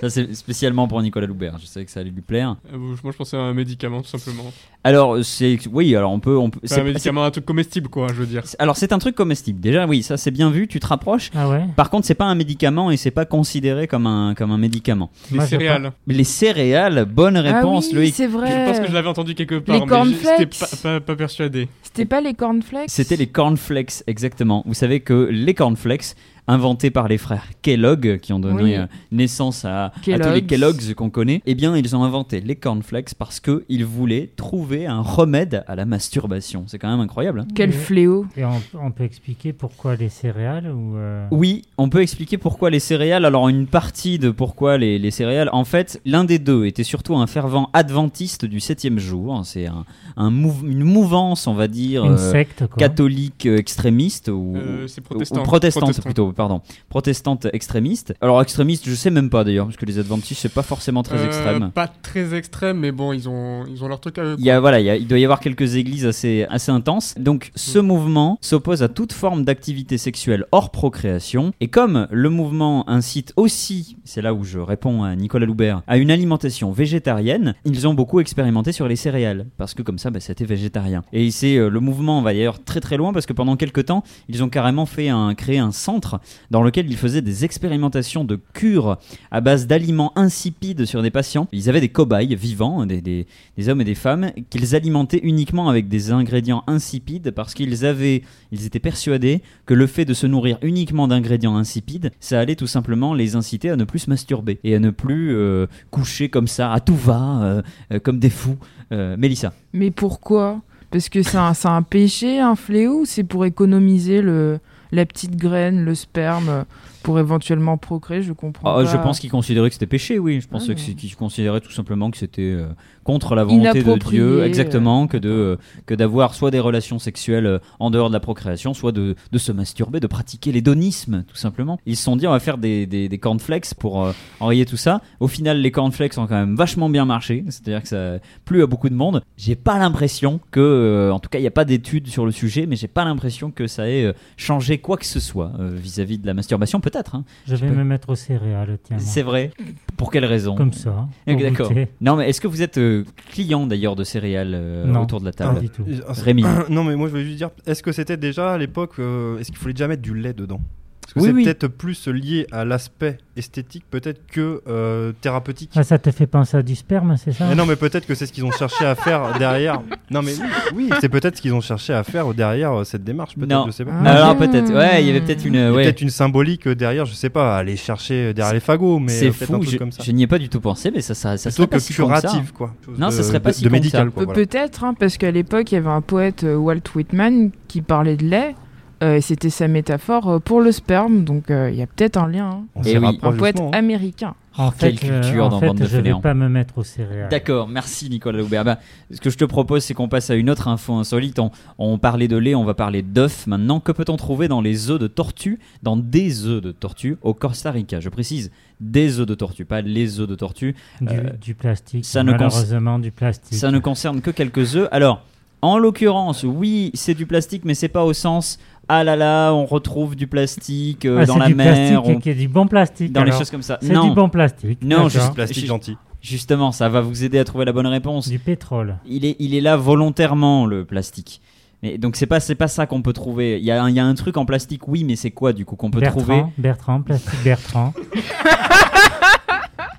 F: ça c'est spécialement pour Nicolas Loubert. Je savais que ça allait lui plaire.
I: Euh, moi je pensais à un médicament tout simplement.
F: Alors c'est oui, alors on peut, on peut.
I: Enfin, un
F: c'est-
I: médicament, un truc comestible quoi, je veux dire.
F: c'est- Alors c'est un truc comestible. Déjà oui, ça c'est bien vu. Tu te rapproches.
E: Ah ouais
F: Par contre, c'est pas un médicament et c'est pas considéré comme un comme un médicament.
I: Des
E: Moi, j'ai
I: céréales.
F: Les céréales, bonne réponse,
H: ah oui,
F: Loïc.
H: c'est
I: Je
H: vrai.
I: pense que je l'avais entendu quelque
H: Les
I: part, mais j'- j'étais
H: cornflakes.
I: pas, pas, pas persuadé.
H: C'était pas les cornflakes
F: C'était les cornflakes, exactement. Vous savez que les cornflakes, inventé par les frères Kellogg, qui ont donné
H: Oui.
F: euh, naissance à, à tous les
H: Kellogg's.
F: Kellogg's qu'on connaît, eh bien, ils ont inventé les cornflakes parce qu'ils voulaient trouver un remède à la masturbation. C'est quand même incroyable. hein.
H: Quel
E: Oui.
H: fléau.
E: Et on, on peut expliquer pourquoi les céréales ou euh,
F: Oui, on peut expliquer pourquoi les céréales. Alors, une partie de pourquoi les, les céréales. En fait, l'un des deux était surtout un fervent adventiste du septième jour. C'est un, un mouv- une mouvance, on va dire,
E: une
F: euh,
E: secte quoi.
F: catholique euh, extrémiste ou.
I: Euh, c'est
F: ou- ou
I: protestant.
F: protestante
I: Protestant.
F: plutôt, pardon. Protestante extrémiste. Alors extrémiste, je sais même pas d'ailleurs, parce que les adventistes c'est pas forcément très
I: Euh,
F: extrême.
I: Pas très extrême, mais bon, ils ont, ils ont leur truc à eux.
F: Il, y a, voilà, il, y a- il doit y avoir quelques églises assez, assez intenses. Donc ce mouvement s'oppose à toute forme d'activité sexuelle hors procréation. Et comme le mouvement incite aussi, c'est là où je réponds à Nicolas Loubert, à une alimentation végétarienne, ils ont beaucoup expérimenté sur les céréales. Parce que comme ça, bah, c'était végétarien. Et c'est euh, le mouvement va d'ailleurs très très loin parce que pendant quelques temps, ils ont carrément fait un, créé un centre dans lequel ils faisaient des expérimentations de cures à base d'aliments insipides sur des patients. Ils avaient des cobayes vivants, des- des, des hommes et des femmes qu'ils alimentaient uniquement avec des ingrédients insipides parce qu'ils avaient, ils étaient persuadés que le fait de se nourrir uniquement d'ingrédients insipides, ça allait tout simplement les inciter à ne plus se masturber et à ne plus euh, coucher comme ça, à tout va, euh, euh, comme des fous. Euh, Mélissa,
H: Mais pourquoi Parce que c'est un, c'est un péché, un fléau ou C'est pour économiser le, la petite graine, le sperme, pour éventuellement procréer Je comprends.
F: Ah,
H: pas.
F: je pense qu'ils considéraient que c'était péché, oui. Je pensais
H: Ah,
F: que
H: oui.
F: c'est- qu'ils considéraient tout simplement que c'était euh, contre la volonté de
H: Inapproprié,
F: Dieu,
H: euh.
F: exactement, que de euh, que d'avoir soit des relations sexuelles euh, en dehors de la procréation, soit de, de se masturber, de pratiquer l'hédonisme, tout simplement. Ils se sont dit on va faire des, des, des cornflakes pour euh, enrayer tout ça. Au final, les cornflakes ont quand même vachement bien marché, c'est-à-dire que ça a plu à beaucoup de monde. J'ai pas l'impression que, euh, en tout cas, il n'y a pas d'études sur le sujet, mais j'ai pas l'impression que ça ait euh, changé quoi que ce soit euh, vis-à-vis de la masturbation, peut-être. hein.
E: Je vais
F: peux-
E: me mettre aux céréales, tiens. moi.
F: C'est vrai. Pour quelle raison
E: Comme ça. hein,
F: Ok,
E: pour
F: D'accord.
E: goûter.
F: Non, mais est-ce que vous êtes euh, client d'ailleurs de céréales euh,
E: Non.
F: autour de la
E: Pas
F: table
E: du tout.
G: Ah, c'est-
F: Rémi.
G: non, mais moi je voulais juste dire, est-ce que c'était déjà à l'époque, euh, est-ce qu'il fallait déjà mettre du lait dedans Parce que
F: Oui,
G: c'est
F: oui.
G: peut-être plus lié à l'aspect esthétique, peut-être que euh, thérapeutique.
E: Ah, ça te fait penser à du sperme, c'est ça
G: Mais non, mais peut-être que c'est ce qu'ils ont cherché à faire derrière. Non, mais oui, oui, c'est peut-être ce qu'ils ont cherché à faire derrière euh, cette démarche.
F: Non.
G: Peut-être, je sais pas.
H: Ah.
F: Alors peut-être. Ouais, il y avait peut-être une.
G: Il y
F: euh,
G: a
F: ouais.
G: Peut-être une symbolique euh, derrière, je sais pas, aller chercher derrière les fagots, mais
F: C'est
G: euh, peut-être un
F: fou.
G: truc
F: Je,
G: comme ça.
F: je n'y ai pas du tout pensé, mais ça, ça, ça
G: Plutôt
F: serait pas
G: que
F: si con que ça, hein.
G: curative, quoi. Chose
F: Non,
G: de-
F: ça serait pas
G: de-
F: si
G: De
F: con que ça.
G: médical, quoi.
H: Pe-
G: voilà.
H: Peut-être, hein, parce qu'à l'époque, il y avait un poète, euh, Walt Whitman, qui parlait de lait. euh, et c'était sa métaphore euh, pour le sperme. Donc euh, il y a peut-être un lien. hein.
G: On
F: Eh
G: s'y
F: oui.
G: rapproche
H: Un poète
G: doucement, hein.
H: américain.
E: En
F: Quelle
E: fait, euh,
F: culture
E: en
F: dans
E: fait,
F: Bande de
E: je vais
F: fainéants.
E: pas me mettre aux céréales.
F: D'accord, merci Nicolas Loubert. Bah, ce que je te propose, c'est qu'on passe à une autre info insolite. On, on parlait de lait, on va parler d'œufs maintenant. Que peut-on trouver dans les œufs de tortue, dans des œufs de tortue au Costa Rica Je précise, des œufs de tortue, pas les œufs de tortue.
E: Du,
F: Euh,
E: du plastique.
F: ça ne cons-
E: malheureusement du plastique.
F: Ça ne concerne que quelques œufs. Alors, en l'occurrence, oui, c'est du plastique, mais c'est pas au sens ah là là, on retrouve du plastique euh,
E: Ah,
F: dans
E: c'est
F: la
E: du
F: mer,
E: plastique et
F: on-
E: qui est du bon plastique.
F: dans les
E: alors.
F: choses comme ça.
E: C'est
F: Non,
E: du bon plastique.
F: Non,
E: d'accord.
F: juste-
G: Plastique gentil.
F: justement, ça va vous aider à trouver la bonne réponse.
E: du pétrole.
F: Il est, il est là volontairement le plastique. Mais donc c'est pas, c'est pas ça qu'on peut trouver. Il y, a un- il y a un truc en plastique, oui, mais c'est quoi du coup qu'on peut
E: Bertrand,
F: trouver
E: Bertrand, plastique Bertrand.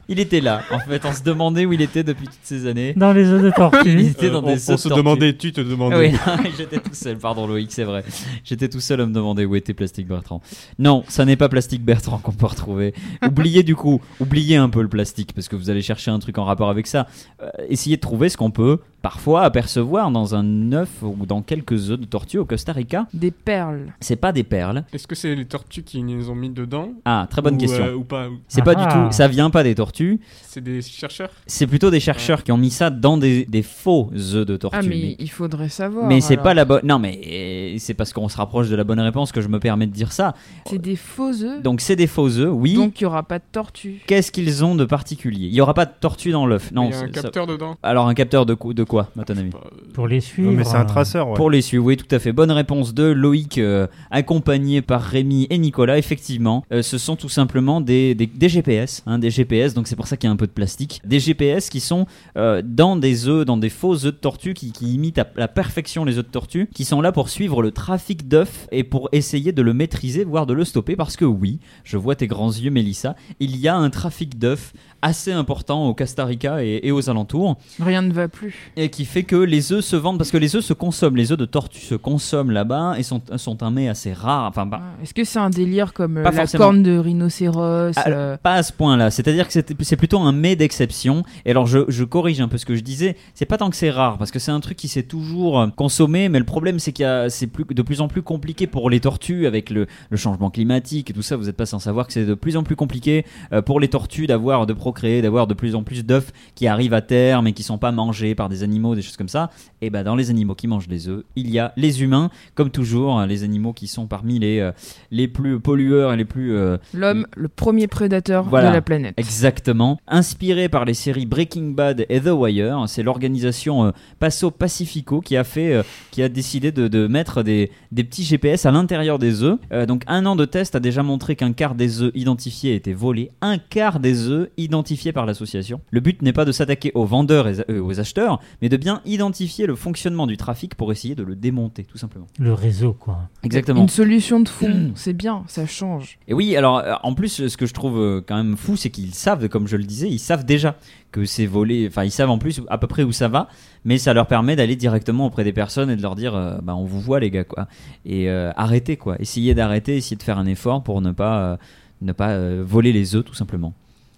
F: Il était là. En fait, on se demandait où il était depuis toutes ces années.
E: Dans les œufs de
F: Il
E: tortue.
F: était dans
I: on,
F: des
I: on
F: œufs de
I: se
F: tortue.
I: demandait, tu te demandais.
F: Ah Oui, non, j'étais tout seul, pardon Loïc, c'est vrai. J'étais tout seul à me demander où était Plastique Bertrand. Non, ça n'est pas Plastique Bertrand qu'on peut retrouver. Oubliez du coup, oubliez un peu le plastique parce que vous allez chercher un truc en rapport avec ça. Euh, essayez de trouver ce qu'on peut parfois apercevoir dans un œuf ou dans quelques œufs de tortue au Costa Rica.
H: Des perles.
F: C'est pas des perles.
I: Est-ce que c'est les tortues qui les ont mis dedans
F: Ah, très bonne
I: Ou,
F: question.
I: euh, ou pas ou-
F: C'est pas
E: Ah.
F: du tout, ça vient pas des tortues,
I: C'est des chercheurs
F: c'est plutôt des chercheurs qui ont mis ça dans des, des faux œufs de tortue.
H: Ah, mais Oh
F: mais-
H: il faudrait savoir.
F: Oh, Mais c'est
H: alors.
F: pas la bonne. Non, mais euh, c'est parce qu'on se rapproche de la bonne réponse que je me permets de dire ça.
H: C'est des faux œufs.
F: Donc c'est des faux œufs, oui.
H: Donc il n'y aura pas de tortue.
F: Qu'est-ce qu'ils ont de particulier Il y aura pas de tortue dans l'œuf. Non.
I: Il y a un
F: c'est- ça-
I: capteur dedans.
F: Alors un capteur de, cou- de quoi, à ton avis
I: Bah, euh,
E: Pour les suivre.
G: Non, mais c'est
E: euh,
G: un traceur, ouais.
F: Pour les suivre, oui, tout à fait. Bonne réponse de Loïc, euh, accompagné par Rémi et Nicolas. Effectivement, euh, ce sont tout simplement des, des, des GPS, hein, des GPS. Donc c'est pour ça qu'il y a un peu de plastique. Des GPS qui sont euh, dans des œufs, dans des faux œufs de tortue qui, qui imitent à la perfection les œufs de tortue, qui sont là pour suivre le trafic d'œufs et pour essayer de le maîtriser, voire de le stopper. Parce que oui, je vois tes grands yeux, Mélissa, il y a un trafic d'œufs assez important au Costa Rica et- et aux alentours
H: Rien ne va plus.
F: et qui fait que les œufs œufs se vendent Parce que les œufs se consomment, les œufs de tortue se consomment là-bas et sont, sont un mets assez rare. Enfin, bah,
H: Est-ce que c'est un délire comme euh,
F: Pas
H: la
F: forcément.
H: corne de rhinocéros
F: Ah,
H: euh,
F: Pas à ce point-là. C'est-à-dire que c'était- c'est plutôt un mets d'exception. Et alors, je, je corrige un peu ce que je disais. C'est pas tant que c'est rare, parce que c'est un truc qui s'est toujours euh, consommé. Mais le problème, c'est qu'il y a- c'est plus, de plus en plus compliqué pour les tortues avec le, le changement climatique et tout ça. Vous n'êtes pas sans savoir que c'est de plus en plus compliqué euh, pour les tortues d'avoir de procréer, d'avoir de plus en plus d'œufs qui arrivent à terme et qui sont pas mangés par des animaux, des choses comme ça. Et ben, dans les animaux qui mangent les œufs, il y a les humains, comme toujours, hein, les animaux qui sont parmi les euh, les plus pollueurs et les plus euh,
H: L'homme, le premier prédateur
F: Voilà.
H: de la planète.
F: Exactement. Inspiré par les séries Breaking Bad et The Wire, c'est l'organisation euh, Paso Pacifico qui a fait, euh, qui a décidé de, de mettre des, des petits GPS à l'intérieur des œufs. Euh, donc un an de test a déjà montré qu'un quart des œufs identifiés étaient volés, un quart des œufs identifiés par l'association. Le but n'est pas de s'attaquer aux vendeurs et euh, aux acheteurs, mais de bien identifier le fonctionnement du trafic pour essayer de le démonter, tout simplement.
E: Le réseau, quoi.
F: Exactement.
H: Une solution de
F: Mm.
H: fond, c'est bien, ça change.
F: Et oui, alors euh, en plus, euh, ce que je trouve euh, quand même fou, c'est qu'ils savent, comme je le disais, ils savent déjà que c'est volé. Enfin, ils savent en plus à peu près où ça va, mais ça leur permet d'aller directement auprès des personnes et de leur dire, euh, bah, on vous voit les gars, quoi. Et euh, arrêtez, quoi. Essayez d'arrêter, essayez de faire un effort pour ne pas, euh, ne pas euh, voler les œufs, tout simplement.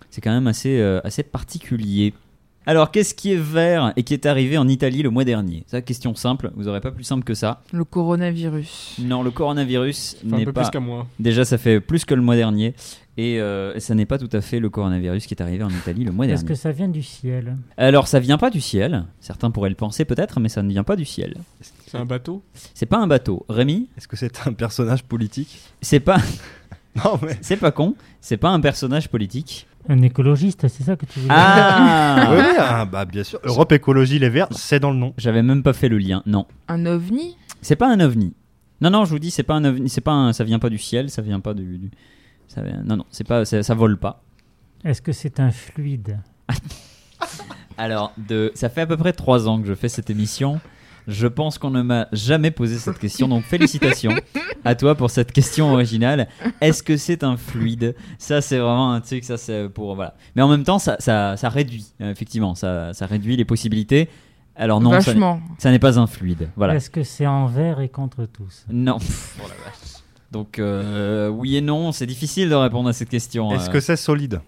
F: C'est quand même assez, euh, assez particulier. Alors, qu'est-ce qui est vert et qui est arrivé en Italie le mois dernier Ça, question simple. Vous aurez pas plus simple que ça.
H: Le coronavirus.
F: Non, le coronavirus
I: Enfin, un
F: n'est
I: peu
F: pas.
I: plus qu'à moi.
F: Déjà, ça fait plus que le mois dernier. Et euh, ça n'est pas tout à fait le coronavirus qui est arrivé en Italie le mois
E: Est-ce
F: dernier.
E: que ça vient du ciel
F: Alors, ça vient pas du ciel. Certains pourraient le penser peut-être, mais ça ne vient pas du ciel.
I: C'est un bateau
F: C'est pas un bateau. Rémi,
G: Est-ce que c'est un personnage politique
F: c'est pas,
G: Non, mais.
F: c'est pas con. C'est pas un personnage politique.
E: Un écologiste, c'est ça que tu veux dire
G: Oui,
F: Ah
G: oui, ah, bah, bien sûr. Europe Écologie Les Verts, c'est dans le nom.
F: J'avais même pas fait le lien. Non.
H: Un ovni
F: C'est pas un ovni. Non, non, je vous dis, c'est pas un ovni. C'est pas un- ça vient pas du ciel, ça vient pas du. du- ça vient- non, non, c'est pas, ça, ça vole pas.
E: Est-ce que c'est un fluide
F: Alors, de, ça fait à peu près trois ans que je fais cette émission. Je pense qu'on ne m'a jamais posé cette question, donc félicitations à toi pour cette question originale. Est-ce que c'est un fluide Ça, c'est vraiment un truc, ça, c'est pour. Voilà. Mais en même temps, ça, ça, ça réduit, euh, effectivement, ça, ça réduit les possibilités. Alors, non, ça,
H: Vachement.
F: ça n'est pas un fluide. Voilà.
E: Est-ce que c'est envers et contre tous
F: Non. Donc, euh, oui et non, c'est difficile de répondre à cette question.
G: Est-ce
F: euh.
G: que c'est solide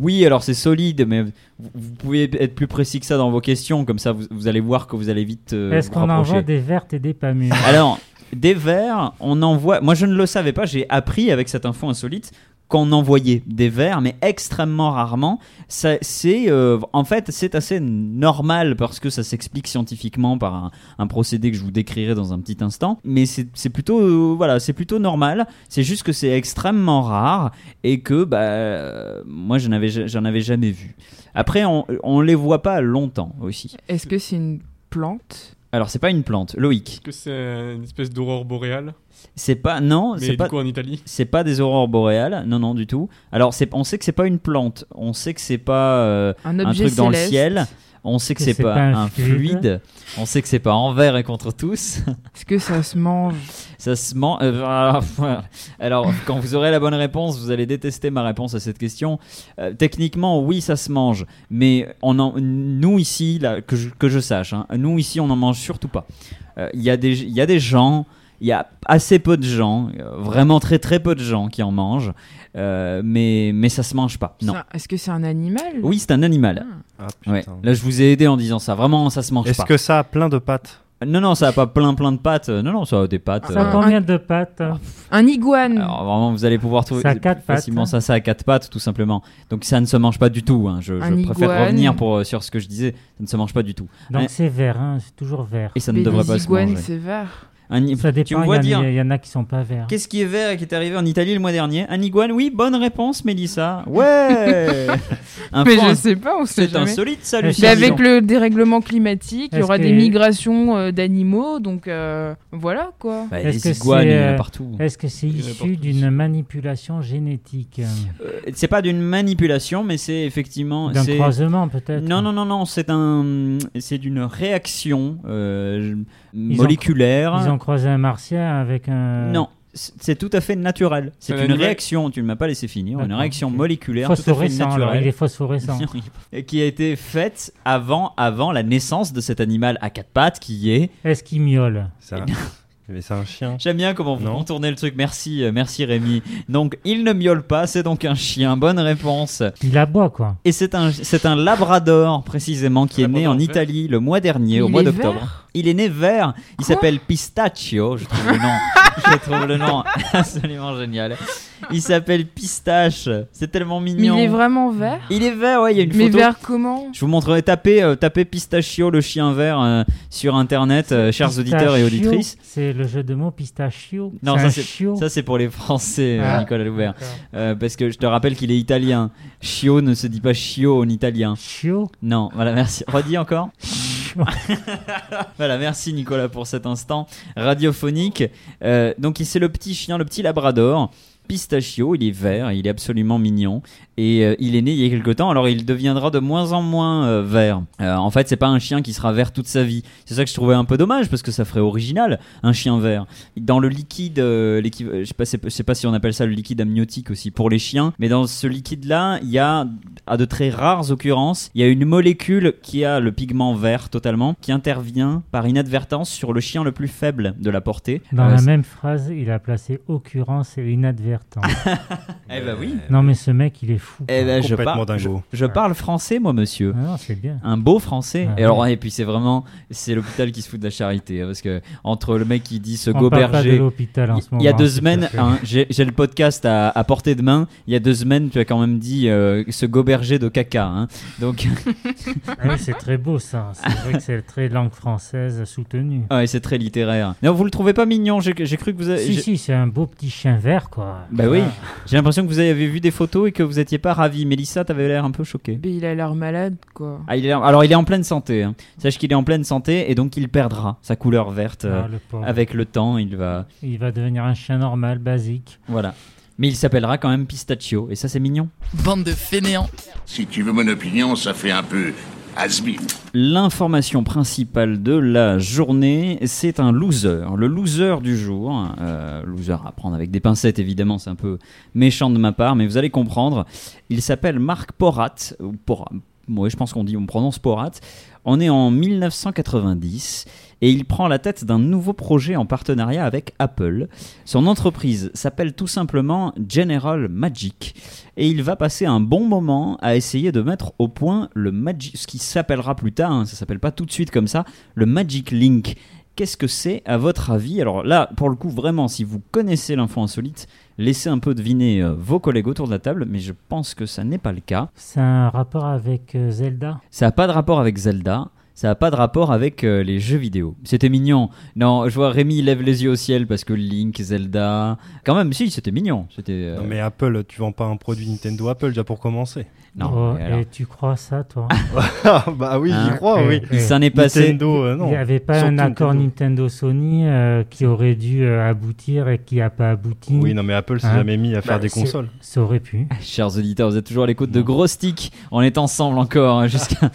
F: Oui, alors c'est solide, mais vous, vous pouvez être plus précis que ça dans vos questions, comme ça vous, vous allez voir que vous allez vite euh,
E: Est-ce
F: vous
E: qu'on envoie
F: rapprocher.
E: des vertes et des pas mûres
F: Alors, des vers, on envoie. Moi, je ne le savais pas, j'ai appris avec cette info insolite qu'on envoyait des vers, mais extrêmement rarement. Ça- C'est euh, en fait, c'est assez normal parce que ça s'explique scientifiquement par un, un procédé que je vous décrirai dans un petit instant. Mais c'est c'est plutôt euh, voilà, c'est plutôt normal. C'est juste que c'est extrêmement rare et que bah euh, moi, je n'avais ja- j'en avais jamais vu. Après, on, on les voit pas longtemps aussi.
H: Est-ce que c'est une plante
F: Alors, c'est pas une plante, Loïc.
I: Est-ce que c'est une espèce d'aurore boréale
F: C'est pas non,
I: Mais
F: c'est
I: du
F: pas
I: coup en Italie
F: C'est pas des aurores boréales, non, non, du tout. Alors, c'est, on sait que c'est pas une plante, on sait que c'est pas euh,
H: Un
F: un
H: objet
F: truc dans le
H: céleste
F: ciel, on sait que c'est, pas, un fluide. on sait que c'est pas envers et contre tous.
H: Est-ce que ça se mange
F: Ça se ment. euh, voilà. alors, quand vous aurez la bonne réponse, vous allez détester ma réponse à cette question. Euh, techniquement, oui, ça se mange, mais on en, nous ici, là, que, je, que je sache, hein, nous ici, on en mange surtout pas. Euh, Il y, a des- il y a des gens, il y a assez peu de gens, euh, vraiment très très peu de gens qui en mangent, euh, mais, mais ça se mange pas. Non.
H: Ça- Est-ce que c'est un animal
F: Oui, c'est un animal.
G: Ah,
F: Ouais.
G: putain.
F: Là, je vous ai aidé en disant ça. Vraiment, ça se mange
G: Est-ce
F: pas.
G: que ça a plein de pattes
F: Non, non, ça a pas plein plein de pâtes. Non, non, ça a des pâtes.
E: Ah, Ça
H: Euh,
E: a combien de pattes
F: Ah.
H: Un iguane
F: Alors vraiment, vous allez pouvoir trouver
E: Ça a quatre pattes,
F: facilement
E: hein.
F: ça, ça a quatre pattes tout simplement. Donc ça ne se mange pas du tout. hein. Je, je
H: Un
F: préfère
H: iguane.
F: revenir pour, euh, sur ce que je disais. Ça ne se mange pas du tout.
E: Donc
F: Ouais.
E: c'est vert, hein, c'est toujours vert.
F: Et ça ne
H: Mais
F: devrait
H: les
F: pas se
H: iguanes,
F: manger.
H: c'est vert.
F: Un i-
E: Ça
F: tu
E: dépend,
F: me
E: il
F: vois
E: y, en a-
F: dire
E: il y en a qui sont pas verts.
F: Qu'est-ce qui est vert et qui est arrivé en Italie le mois dernier Un iguane, oui, bonne réponse, Mélissa. Ouais Un
H: Mais
F: point,
H: je sais pas, on sait
F: C'est
H: jamais.
F: insolite, ça, Lucie.
H: Mais
E: Est-ce
H: avec le dérèglement climatique, il y
E: Est-ce
H: aura
E: que-
H: des migrations euh, d'animaux, donc euh, voilà quoi.
F: Bah,
E: Est-ce
F: les
E: que
F: iguanes, il y en a
E: c'est, euh,
F: partout.
E: Est-ce que c'est
I: Il y en a
E: issu
I: partout.
E: d'une manipulation génétique
F: Euh, c'est pas d'une manipulation, mais c'est effectivement.
E: D'un hein.
F: c'est-
E: croisement peut-être
F: Non, non, non, non, c'est un, c'est d'une réaction euh,
E: ont-
F: moléculaire.
E: Ils ont croisé un martien avec un...
F: Non, c'est tout à fait naturel. C'est
I: Un
F: une
I: animal.
F: réaction, tu ne m'as pas laissé finir, une
E: D'accord,
F: réaction
E: ok.
F: moléculaire tout à fait
E: Phosphorescent, alors, il
F: naturelle
E: est phosphorescent.
F: et qui a été faite avant, avant la naissance de cet animal à quatre pattes qui est.
E: Est-ce qu'il miaule
G: C'est un- Mais c'est un chien.
F: J'aime bien comment vous
G: Non.
F: contournez le truc. Merci, euh, merci Rémi. Donc il ne miaule pas, c'est donc un chien. Bonne réponse.
E: Il aboie, quoi.
F: Et c'est un, c'est un labrador précisément qui est né
I: Labrador
F: en
I: vert.
F: Italie le mois dernier, au
H: Il
F: mois
H: est
F: d'octobre.
H: vert
F: Il est né vert. Il
H: Quoi
F: s'appelle Pistachio. Je trouve le nom, je trouve le nom absolument génial. Il s'appelle Pistache. C'est tellement mignon.
H: Il est vraiment vert
F: Il est vert, ouais. Il y a une
H: Mais
F: photo.
H: vert comment
F: Je vous montrerai taper, euh, taper Pistachio le chien vert euh, sur internet, euh, chers auditeurs et
E: Pistachio,
F: auditrices.
E: C'est le jeu de mots pistachio.
F: Non,
E: c'est
F: ça
E: un
F: c'est-
E: chiot.
F: Ça c'est pour les Français, euh,
E: Ah.
F: Nicolas Loubert.
E: D'accord.
F: Euh, parce que je te rappelle qu'il est italien. Chio ne se dit pas chio en italien.
E: Chiot.
F: Non, voilà, merci. Redis encore. Voilà, merci Nicolas pour cet instant radiophonique. Euh, donc il- c'est le petit chien, le petit labrador. Pistachio, il est vert, il est absolument mignon et euh, il est né il y a quelque temps. Alors il deviendra de moins en moins euh, vert. Euh, en fait, c'est pas un chien qui sera vert toute sa vie. C'est ça que je trouvais un peu dommage parce que ça ferait original un chien vert. Dans le liquide, euh, l'équiv- euh, je sais pas, c'est- je sais pas si on appelle ça le liquide amniotique aussi pour les chiens, mais dans ce liquide-là, il y a à de très rares occurrences, il y a une molécule qui a le pigment vert totalement, qui intervient par inadvertance sur le chien le plus faible de la portée.
E: Dans
F: Euh,
E: la
F: c'est-
E: même phrase, il a placé occurrence et inadvertance.
F: Eh ben oui.
E: non, mais ce mec, il est fou.
F: Eh
E: quoi.
F: ben, je,
G: Complètement
F: par- je,
G: dingo.
F: je parle français, moi, monsieur.
E: Ah non, c'est bien.
F: Un beau français.
E: Ouais.
F: Et alors, et puis c'est vraiment, c'est l'hôpital qui se fout de la charité, hein, parce que entre le mec qui dit se
E: On parle pas de
F: goberger.
E: l'hôpital en ce moment.
F: Il y a deux
E: hein, c'est
F: semaines,
E: parfait.
F: hein, j'ai j'ai le podcast à, à portée de main. Il y a deux semaines, tu as quand même dit euh, se goberger de caca. hein. Donc,
E: Ah oui, c'est très beau ça. C'est vrai que c'est très langue française soutenue.
F: ouais, c'est très littéraire. Non, vous le trouvez pas mignon J'ai j'ai cru que vous. avez-
E: Si,
F: j'ai-
E: si, c'est un beau petit chien vert, quoi.
F: Bah oui. J'ai l'impression que vous avez vu des photos et que vous étiez pas ravi. Mélissa, t'avais l'air un peu choquée.
H: Mais il a l'air malade, quoi.
F: Ah, il est- alors, il est en pleine santé. hein. Sache qu'il est en pleine santé et donc il perdra sa couleur verte. euh,
E: Ah, le pauvre.
F: Avec le temps, il va.
E: Il va devenir un chien normal, basique.
F: Voilà. Mais il s'appellera quand même Pistachio. Et ça, c'est mignon.
A: Bande de fainéants.
C: Si tu veux mon opinion, ça fait un peu has-been.
F: L'information principale de la journée, c'est un loser. Le loser du jour. euh, loser à prendre avec des pincettes, évidemment, c'est un peu méchant de ma part, mais vous allez comprendre. Il s'appelle Marc Porat. ou Pora- ouais, je pense qu'on dit, on prononce Porat. On est en 1990 et il prend la tête d'un nouveau projet en partenariat avec Apple. Son entreprise s'appelle tout simplement General Magic et il va passer un bon moment à essayer de mettre au point le Magic, ce qui s'appellera plus tard, hein, ça s'appelle pas tout de suite comme ça, le Magic Link. Qu'est-ce que c'est à votre avis Alors là, pour le coup, vraiment, si vous connaissez l'info insolite, laissez un peu deviner euh, vos collègues autour de la table, mais je pense que ça n'est pas le cas.
E: C'est un rapport avec euh, Zelda.
F: Ça n'a pas de rapport avec Zelda. Ça n'a pas de rapport avec euh, les jeux vidéo. C'était mignon. Non, je vois Rémi il lève les yeux au ciel parce que Link, Zelda. Quand même, si, c'était mignon. C'était. euh,
G: Non mais Apple, tu vends pas un produit Nintendo Apple déjà pour commencer.
F: non,
E: Oh,
F: mais alors,
E: Et tu crois ça, toi
G: Ah, bah oui,
F: Hein
G: j'y crois, oui.
E: Eh, eh.
F: Il s'en est passé.
G: Nintendo, euh,
E: Il
G: non.
E: n'y avait pas
G: Surtout
E: un accord
G: Nintendo.
E: Nintendo-Sony euh, qui aurait dû euh, aboutir et qui n'a pas abouti.
G: Oui, non mais Apple s'est
E: Hein.
G: jamais mis à faire
E: Bah,
G: des
E: c'est-
G: consoles.
E: Ça aurait pu.
F: Chers auditeurs, vous êtes toujours à l'écoute de Gros Stick. On est ensemble encore hein, jusqu'à.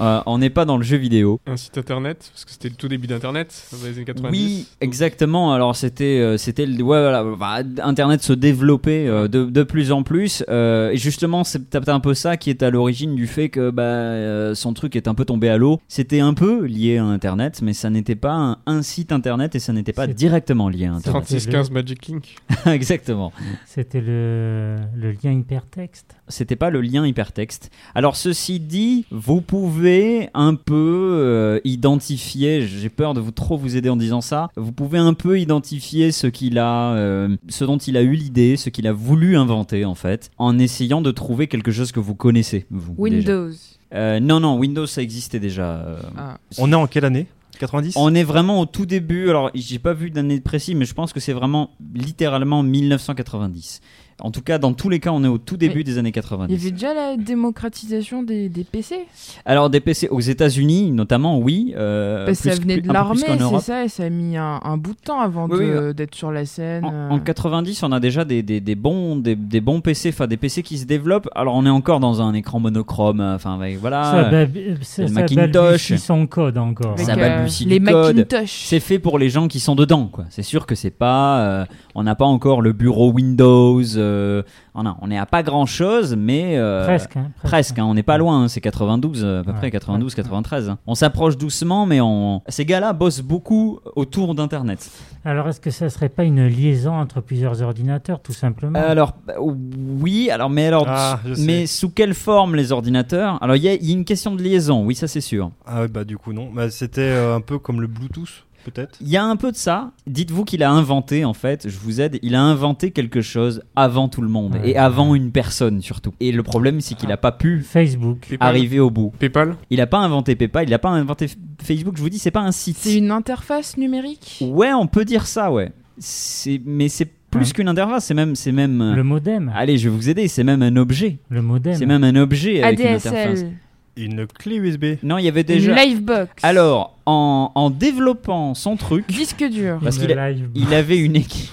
F: Euh, on n'est pas dans le jeu vidéo.
I: Un site internet, parce que c'était le tout début d'internet, dans les années 90.
F: Oui, exactement. Alors c'était, euh, c'était, le- ouais, voilà, bah, Internet se développait euh, de, de plus en plus. euh, et justement, c'est peut-être un peu ça qui est à l'origine du fait que bah, euh, son truc est un peu tombé à l'eau. C'était un peu lié à Internet, mais ça n'était pas un, un site Internet et ça n'était pas
E: C'est-
F: directement lié à Internet.
I: 3615 Magic Link.
F: exactement.
E: C'était le, le lien hypertexte.
F: c'était pas le lien hypertexte. Alors ceci dit, vous pouvez un peu euh, identifier, j'ai peur de vous trop vous aider en disant ça, vous pouvez un peu identifier ce qu'il a, euh, ce dont il a eu l'idée, ce qu'il a voulu inventer en fait, en essayant de trouver quelque chose que vous connaissez. Vous, déjà.
H: Windows.
F: Euh, non, non, Windows ça existait déjà. euh,
H: Ah.
G: On est en quelle année 90
F: on est vraiment au tout début. Alors, j'ai pas vu d'année précise, mais je pense que c'est vraiment littéralement 1990. En tout cas, dans tous les cas, on est au tout début
H: Mais
F: des années
H: Il y avait
F: 90.
H: déjà la démocratisation des, des PC.
F: Alors, des PC aux États-Unis, notamment, oui. euh,
H: Parce que ça
F: plus-
H: venait
F: plus-
H: de
F: un peu
H: l'armée,
F: plus qu'en
H: c'est
F: Europe.
H: ça, et ça a mis un, un bout de temps avant
F: Oui,
H: de-
F: oui,
H: d'être sur la scène.
F: En,
H: euh.
F: en 90, on a déjà des, des- des bons, des, des bons PC, enfin des PC qui se développent. Alors, on est encore dans un écran monochrome, euh, enfin, avec-
E: Ça,
F: voilà.
E: bab- euh, ça,
F: le
E: ça
F: Macintosh.
E: balbutie son code encore.
H: Avec, euh,
F: ça
E: hein.
F: balbutie
H: les
F: du code.
H: Macintosh.
F: c'est fait pour les gens qui sont dedans, quoi. C'est sûr que c'est pas, euh, on n'a pas encore le bureau Windows. euh, on a- on n'est à pas grand chose, mais euh,
E: Presque. hein,
F: Presque, hein, on n'est pas loin, hein, c'est 92, euh, à peu
E: Ouais.
F: près 92, 93. hein. On s'approche doucement, mais on... ces gars-là bossent beaucoup autour d'Internet.
E: Alors, est-ce que ça serait pas une liaison entre plusieurs ordinateurs, tout simplement
F: Alors, bah, oui, alors, mais alors,
G: Ah, je sais.
F: mais sous quelle forme les ordinateurs Alors, il y, a- il y a une question de liaison, oui, ça c'est sûr.
G: Ah ouais, bah du coup non. Bah, c'était euh, un peu comme le Bluetooth peut-être.
F: Il y a un peu de ça. Dites-vous qu'il a inventé, en fait, je vous aide, il a inventé quelque chose avant tout le monde
E: Ouais.
F: et avant une personne surtout. Et le problème, c'est qu'il n'a pas pu
E: Facebook.
I: PayPal.
F: arriver au bout.
I: PayPal
F: Il n'a pas inventé PayPal, il n'a pas inventé F- Facebook, je vous dis, c'est pas un site.
H: C'est une interface numérique
F: Ouais, on peut dire ça, ouais. C'est- Mais c'est plus
E: Hein.
F: qu'une interface, c'est même, c'est même. euh,
E: Le modem.
F: Allez, je vais vous aider. C'est même un objet.
E: Le modem.
F: C'est même un objet avec une interface.
H: ADSL,
G: Une clé USB.
F: Non, il y avait
H: une
F: déjà.
H: Livebox,
F: Alors, en, en développant son truc,
H: disque dur.
F: parce
E: Une
F: qu'il
E: live-
F: il avait une équipe.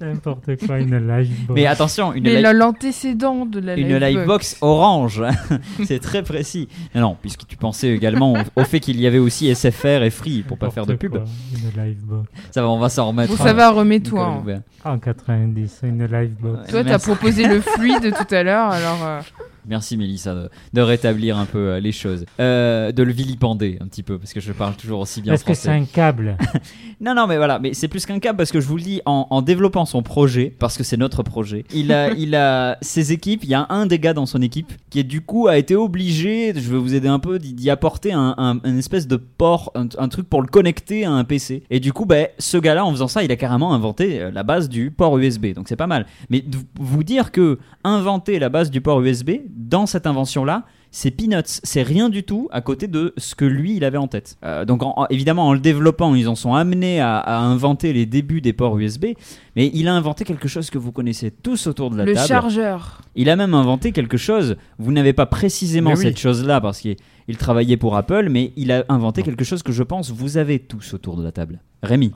E: N'importe quoi, une live.
F: Mais attention, une,
H: Mais
F: li-
H: la- l'antécédent de la
F: une livebox orange. c'est très précis. Non, non, puisque tu pensais également au, au fait qu'il y avait aussi SFR et Free pour pas faire de pub.
E: N'importe quoi, Une livebox.
F: Ça va, on va s'en remettre.
H: Bon, ça va, remets-toi.
F: Nicolas
H: hein.
F: Loubert.
E: En 90, une livebox.
F: Ouais,
H: Toi, t'as
F: merci.
H: proposé le fluide tout à l'heure, alors. euh,
F: Merci Mélissa de, de rétablir un peu euh, les choses, Euh, de le vilipender un petit peu parce que je parle toujours aussi bien
E: Est-ce que c'est
F: français.
E: un câble
F: Non non mais voilà, mais c'est plus qu'un câble parce que je vous le dis en, en développant son projet parce que c'est notre projet. Il a il a ses équipes, il y a un des gars dans son équipe qui du coup a été obligé, je vais vous aider un peu d'y d'y apporter un, un- une espèce de port, un, un truc pour le connecter à un PC. Et du coup ben ce gars-là en faisant ça, il a carrément inventé euh, la base du port USB. Donc c'est pas mal. Mais de vous dire que inventer la base du port USB dans cette invention là, c'est peanuts, c'est rien du tout à côté de ce que lui il avait en tête. Euh, donc en- en- évidemment en le développant, ils en sont amenés à, à inventer les débuts des ports USB, mais il a inventé quelque chose que vous connaissez tous autour de la
H: le
F: table.
H: chargeur.
F: Il a même inventé quelque chose, vous n'avez pas précisément
G: Mais oui.
F: cette chose-là parce qu'il il travaillait pour Apple, mais il a inventé quelque chose que je pense vous avez tous autour de la table. Rémi,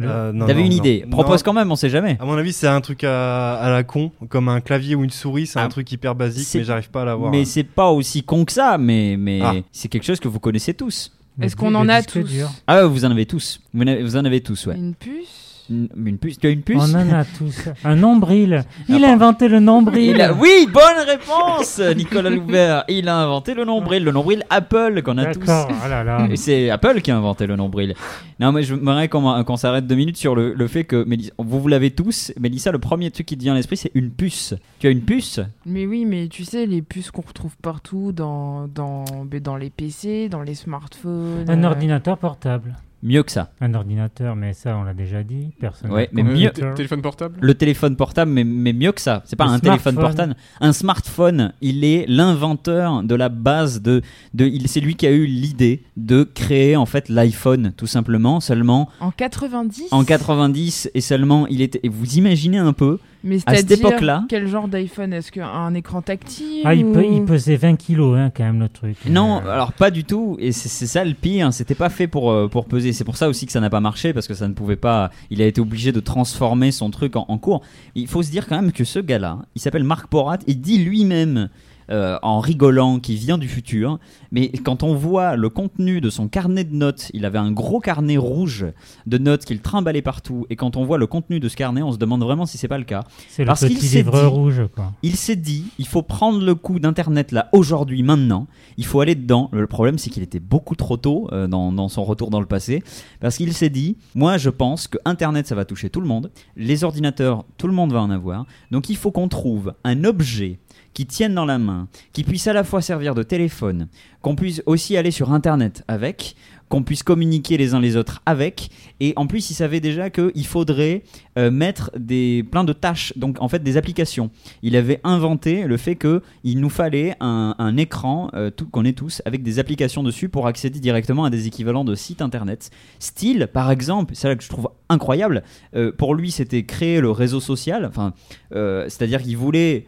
G: Euh, non,
F: t'avais
G: non,
F: une
G: non.
F: idée,
G: Non.
F: propose quand même, on sait jamais.
G: À mon avis, c'est un truc à, à la con, comme un clavier ou une souris, c'est
F: Ah.
G: un truc hyper basique,
F: C'est-
G: mais j'arrive pas à l'avoir.
F: Mais c'est pas aussi con que ça, mais, mais
G: Ah.
F: c'est quelque chose que vous connaissez tous.
E: Le
H: Est-ce
E: di-
H: qu'on
E: le
H: en a
E: disque
H: tous
E: dur.
F: Ah, vous en avez tous. Vous en avez- vous en avez tous, ouais.
H: Une puce
F: Une, une puce Tu as une puce
E: On en a tous. Un nombril. Il a
F: pardon.
E: inventé le nombril.
F: Il a- Oui, bonne réponse, Nicolas Loubert. Il a inventé le nombril, le nombril Apple qu'on a tous.
E: D'accord. Ah là là.
F: Et C'est Apple qui a inventé le nombril. Non, mais je voudrais qu'on qu'on s'arrête deux minutes sur le, le fait que Mélissa- vous, vous l'avez tous. Mélissa, le premier truc qui te vient à l'esprit, c'est une puce. Tu as une puce
H: Mais oui, mais tu sais, les puces qu'on retrouve partout dans, dans, mais dans les PC, dans les smartphones.
E: Un
H: euh,
E: ordinateur portable.
F: Mieux que ça.
E: Un ordinateur, mais ça, on l'a déjà dit. Personne.
F: Ouais,
E: n'a de
F: mais
I: Le
F: mieux-
E: computer.
I: tél- Euh, Téléphone portable
F: Le téléphone portable, mais, mais mieux que ça. C'est pas
E: Le
F: un téléphone
E: smartphone.
F: portable. Un smartphone, il est l'inventeur de la base de. de il- c'est lui qui a eu l'idée de créer en fait l'iPhone, tout simplement. Seulement
H: En 90
F: en 90 et seulement il était. et Vous imaginez un peu
H: Mais
F: à cette
H: c'est-à-dire,
F: époque-là-
H: Quel genre d'iPhone Est-ce qu'un écran tactile
E: Ah, il,
H: ou-
E: pe- il pesait 20 kilos, hein, quand même, le truc.
F: Non,
E: Euh,
F: alors pas du tout. Et c'est c'est ça le pire. hein. C'était pas fait pour euh, pour peser. C'est pour ça aussi que ça n'a pas marché parce que ça ne pouvait pas. Il a été obligé de transformer son truc en, en cours. Il faut se dire quand même que ce gars-là, il s'appelle Marc Porat. Il dit lui-même. euh, en rigolant, qu'il vient du futur. Mais quand on voit le contenu de son carnet de notes, il avait un gros carnet rouge de notes qu'il trimballait partout. Et quand on voit le contenu de ce carnet, on se demande vraiment si c'est pas le cas.
E: C'est le
F: parce qu'il
E: petit
F: s'est
E: livre
F: dit-
E: rouge, quoi.
F: Il s'est dit, il faut prendre le coup d'Internet là aujourd'hui, maintenant. Il faut aller dedans. Le problème, c'est qu'il était beaucoup trop tôt euh, dans, dans son retour dans le passé. Parce qu'il s'est dit, moi je pense que Internet, ça va toucher tout le monde. Les ordinateurs, tout le monde va en avoir. Donc il faut qu'on trouve un objet qui tiennent dans la main, qui puissent à la fois servir de téléphone, qu'on puisse aussi aller sur Internet avec, qu'on puisse communiquer les uns les autres avec. Et en plus, ils savaient déjà qu'il faudrait euh, mettre des, plein de tâches, donc en fait des applications. Il avait inventé le fait qu'il nous fallait un, un écran euh, tout- qu'on ait tous avec des applications dessus pour accéder directement à des équivalents de sites internet. Style, par exemple, c'est là que je trouve incroyable, euh, pour lui c'était créer le réseau social, enfin, euh, c'est-à-dire qu'il voulait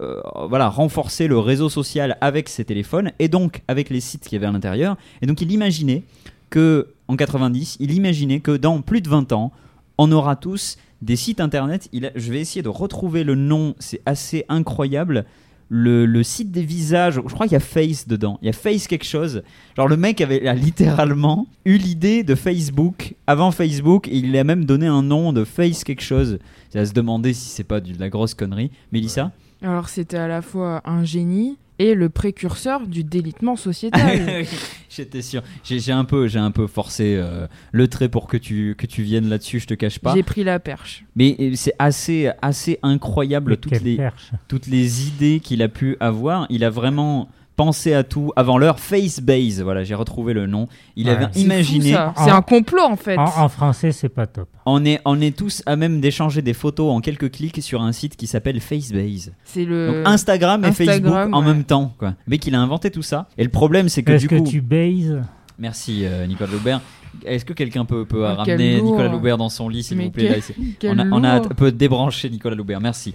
F: euh, voilà, renforcer le réseau social avec ses téléphones et donc avec les sites qu'il y avait à l'intérieur. Et donc il imaginait que, en 90, il imaginait que dans plus de 20 ans, on aura tous des sites internet. Il a- je vais essayer de retrouver le nom, c'est assez incroyable. Le, le site des visages, je crois qu'il y a Face dedans. Il y a Face quelque chose. Genre le mec avait a littéralement eu l'idée de Facebook avant Facebook et il a même donné un nom de Face quelque chose. C'est à se demander si c'est pas du- de la grosse connerie. Mélissa
H: Alors c'était à la fois un génie et le précurseur du délitement sociétal.
F: J'étais sûr. J'ai j'ai un peu, j'ai un peu forcé euh, le trait pour que tu que tu viennes là-dessus. Je te cache pas.
H: J'ai pris la perche.
F: Mais euh, c'est assez assez incroyable toutes
E: Quelle
F: les
E: perche.
F: toutes les idées qu'il a pu avoir. Il a vraiment pensé à tout avant l'heure. Facebase, voilà, j'ai retrouvé le nom. Il
E: Ouais.
F: avait
H: C'est fou,
F: imaginé.
H: ça. C'est
E: En-
H: un complot en fait.
E: En, en français, c'est pas top.
F: On est on est tous à même d'échanger des photos en quelques clics sur un site qui s'appelle Facebase.
H: C'est
F: Donc
H: le.
F: Instagram et
H: Euh, Instagram,
F: Facebook en
H: ouais.
F: même temps, quoi. Mais qu'il a inventé tout ça. Et le problème, c'est que
E: Est-ce
F: du
E: que
F: coup.
E: tu baises
F: Merci euh, Nicolas Loubert. Est-ce que quelqu'un peut, peut
H: Ah, quel
F: ramener
H: lourd.
F: Nicolas Loubert dans son lit, s'il
H: Mais
F: vous plaît là,
H: quel-
F: c'est-
H: Quel
F: on, a, on a
H: lourd.
F: hâte- peut débrancher Nicolas Loubert, merci.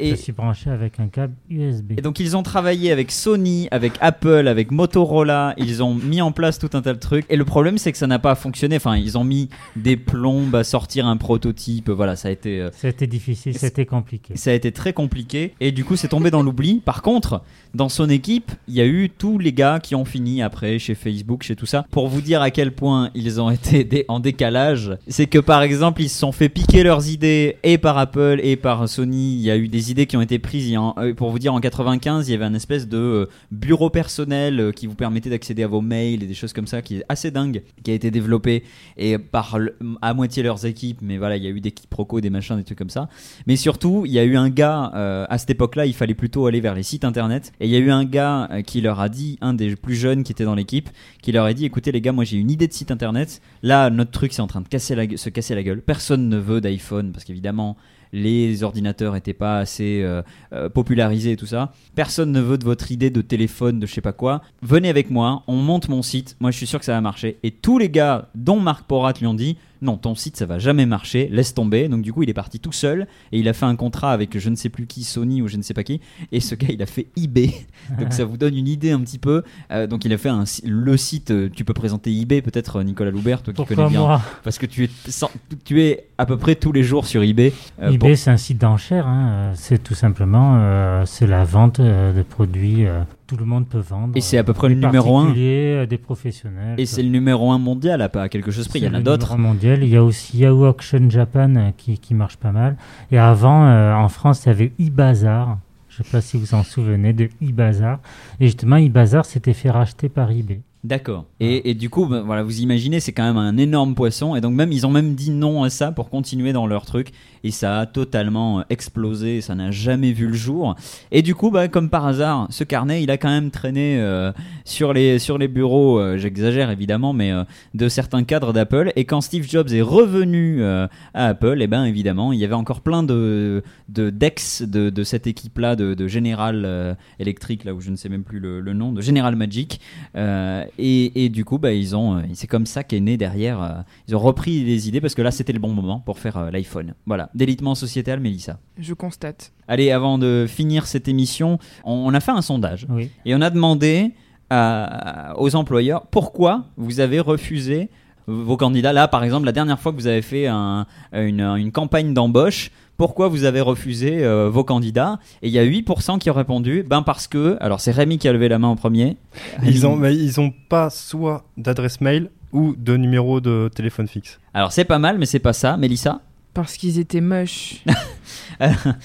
F: Et,
E: Je suis branché avec un câble USB.
F: et donc ils ont travaillé avec Sony, avec Apple, avec Motorola, ils ont mis en place tout un tas de trucs. Et le problème c'est que ça n'a pas fonctionné, enfin ils ont mis des plombes à sortir un prototype, voilà, ça a été... euh,
E: C'était difficile,
F: C'est-
E: c'était compliqué.
F: ça a été très compliqué et du coup c'est tombé dans l'oubli. Par contre, dans son équipe, il y a eu tous les gars qui ont fini après chez Facebook, chez tout ça. Pour vous dire à quel point ils ont été dé- en décalage, c'est que par exemple ils se sont fait piquer leurs idées et par Apple et par Sony. Il y a eu des idées qui ont été prises. Il y a un- euh, pour vous dire, en 95, il y avait un espèce de euh, bureau personnel euh, qui vous permettait d'accéder à vos mails et des choses comme ça qui est assez dingue, qui a été développé et par le- à moitié leurs équipes. Mais voilà, il y a eu des quiproquos, des machins, des trucs comme ça. Mais surtout, il y a eu un gars, euh, à cette époque-là, il fallait plutôt aller vers les sites internet. Et il y a eu un gars euh, qui leur a dit, un des plus jeunes qui était dans l'équipe, qui leur a dit écoutez les gars, moi j'ai une idée de site internet. Là, notre truc, c'est en train de casser la, gue- se casser la gueule. Personne ne veut d'iPhone parce qu'évidemment. Les ordinateurs n'étaient pas assez euh, euh, popularisés et tout ça. Personne ne veut de votre idée de téléphone, de je sais pas quoi. Venez avec moi, on monte mon site. Moi, je suis sûr que ça va marcher. Et tous les gars, dont Marc Porat, lui ont dit non, ton site, ça va jamais marcher. Laisse tomber. Donc du coup, il est parti tout seul et il a fait un contrat avec je ne sais plus qui, Sony ou je ne sais pas qui, et ce gars il a fait eBay, donc ça vous donne une idée un petit peu. Euh, donc il a fait un, si- le site, euh, tu peux présenter eBay peut-être euh, Nicolas Loubert, toi qui
E: Pourquoi
F: connais bien,
E: moi
F: parce que tu es, sans- tu es à peu près tous les jours sur eBay. euh,
E: eBay,
F: pour-
E: c'est un site d'enchères. hein. Euh, C'est tout simplement euh, c'est la vente euh, de produits. euh, tout le monde peut vendre.
F: Et c'est à peu près
E: Des
F: le numéro un.
E: particuliers, euh, Des professionnels.
F: Et c'est le numéro un mondial à, pas- à quelque chose près, il y en
E: C'est
F: a
E: le
F: d'autres.
E: numéro mondial. Il y a aussi Yahoo Auction Japan euh, qui, qui marche pas mal. Et avant, euh, en France, il y avait eBazaar. Je ne sais pas si vous en souvenez de eBazaar. Et justement, eBazaar s'était fait racheter par eBay.
F: D'accord. Et, et du coup, ben, voilà, vous imaginez, c'est quand même un énorme poisson. Et donc même, ils ont même dit non à ça pour continuer dans leur truc. Et ça a totalement euh, explosé. Ça n'a jamais vu le jour. Et du coup, bah, comme par hasard, ce carnet, il a quand même traîné euh, sur les sur les bureaux. euh, J'exagère évidemment, mais euh, de certains cadres d'Apple. Et quand Steve Jobs est revenu euh, à Apple, et ben évidemment, il y avait encore plein de de d'ex de, de cette équipe-là, de, de General euh, Electric, là où je ne sais même plus le, le nom, de General Magic, euh, et, et du coup, bah, ils ont, euh, c'est comme ça qu'est né derrière. euh, ils ont repris les idées parce que là, c'était le bon moment pour faire euh, l'iPhone. Voilà, délitement sociétal, Mélissa.
H: Je constate.
F: Allez, avant de finir cette émission, on, on a fait un sondage
E: Oui.
F: et on a demandé à- aux employeurs pourquoi vous avez refusé vos candidats. Là, par exemple, la dernière fois que vous avez fait un- une, une campagne d'embauche, pourquoi vous avez refusé euh, vos candidats Et il y a 8% qui ont répondu, ben parce que, alors c'est Rémi qui a levé la main en premier.
G: Ils ont, mais ils ont pas soit d'adresse mail ou de numéro de téléphone fixe.
F: Alors c'est pas mal, mais c'est pas ça, Mélissa.
H: Parce qu'ils étaient moches.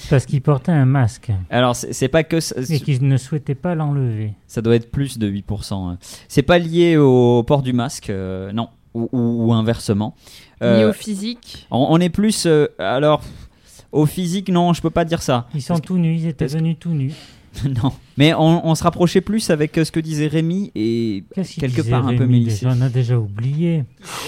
E: Parce qu'il portait un masque
F: Alors c'est c'est pas que ça,
E: et qu'il ne souhaitait pas l'enlever.
F: ça doit être plus de 8%. euh. C'est pas lié au port du masque, euh, non, ou, ou- ou inversement.
H: Ni
F: Euh,
H: au physique.
F: on, on est plus, euh, alors Au physique, non, je peux pas dire ça.
E: Ils sont
F: Parce que-
E: tout nus, ils étaient
F: parce que-
E: venus tout nus.
F: non. Mais on, on se rapprochait plus avec euh, ce que disait Rémi et
E: Qu'est-ce qu'il
F: Quelque
E: disait,
F: part un peu
E: Rémi,
F: Mélisée.
E: déjà On a déjà oublié.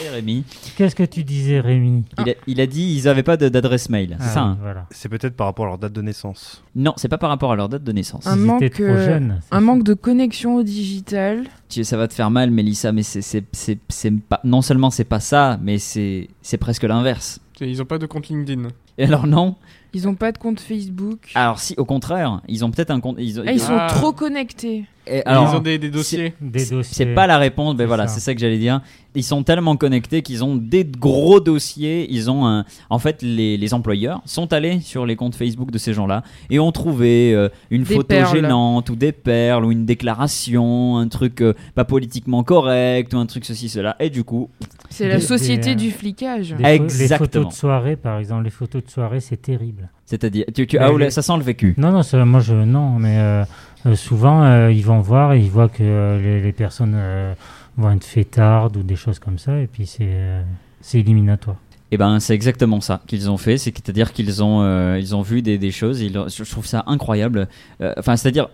F: Eh, Rémi.
E: Qu'est-ce que tu disais, Rémi
F: Il, a, il a dit ils n'avaient pas de- d'adresse mail. C'est
E: Ah
F: ça.
E: oui,
F: hein.
E: voilà.
G: C'est peut-être par rapport à leur date de naissance.
F: Non, c'est pas par rapport à leur date de naissance.
H: Un
E: Ils
H: manque,
E: étaient trop
H: euh,
E: jeunes. c'est
H: Un
E: ça.
H: manque de connexion au digital.
F: Tu- ça va te faire mal, Mélissa, mais c'est c'est- c'est- c'est pas. Non seulement c'est pas ça, mais c'est c'est presque l'inverse.
I: Ils ont pas de compte LinkedIn.
F: Et alors non.
H: Ils ont pas de compte Facebook. Ah,
F: Alors si, au contraire, ils ont peut-être un compte. Ils, ont-
H: ils sont
I: Ah.
H: trop connectés.
F: Et alors,
I: ils ont des, des dossiers.
E: Des
F: C'est-
E: dossiers.
F: C'est pas la réponse, mais
E: C'est
F: voilà,
E: ça.
F: c'est ça que j'allais dire. Ils sont tellement connectés qu'ils ont des gros dossiers. Ils ont un... En fait, les, les employeurs sont allés sur les comptes Facebook de ces gens-là et ont trouvé euh, une
H: Des
F: photo
H: perles.
F: gênante ou des perles ou une déclaration, un truc euh, pas politiquement correct ou un truc ceci, cela. Et du coup,
H: C'est la
E: Des-
H: société
E: des, euh,
H: du flicage.
E: Des pho- Les
F: Exactement.
E: photos de soirée, par exemple, les photos de soirée, c'est terrible.
F: c'est-à-dire, tu, tu-
E: Mais
F: ah, oula,
E: les-
F: ça sent le vécu.
E: Non, non, ça, moi je non, mais euh, euh, souvent euh, ils vont voir et ils voient que euh, les, les personnes euh, vont être fêtardes ou des choses comme ça, et puis c'est euh, c'est éliminatoire.
F: Et ben, c'est exactement ça qu'ils ont fait. C'est- C'est-à-dire qu'ils ont, euh, ils ont vu des, des choses. Ils, je je trouve ça incroyable. Euh, Enfin, c'est-à-dire.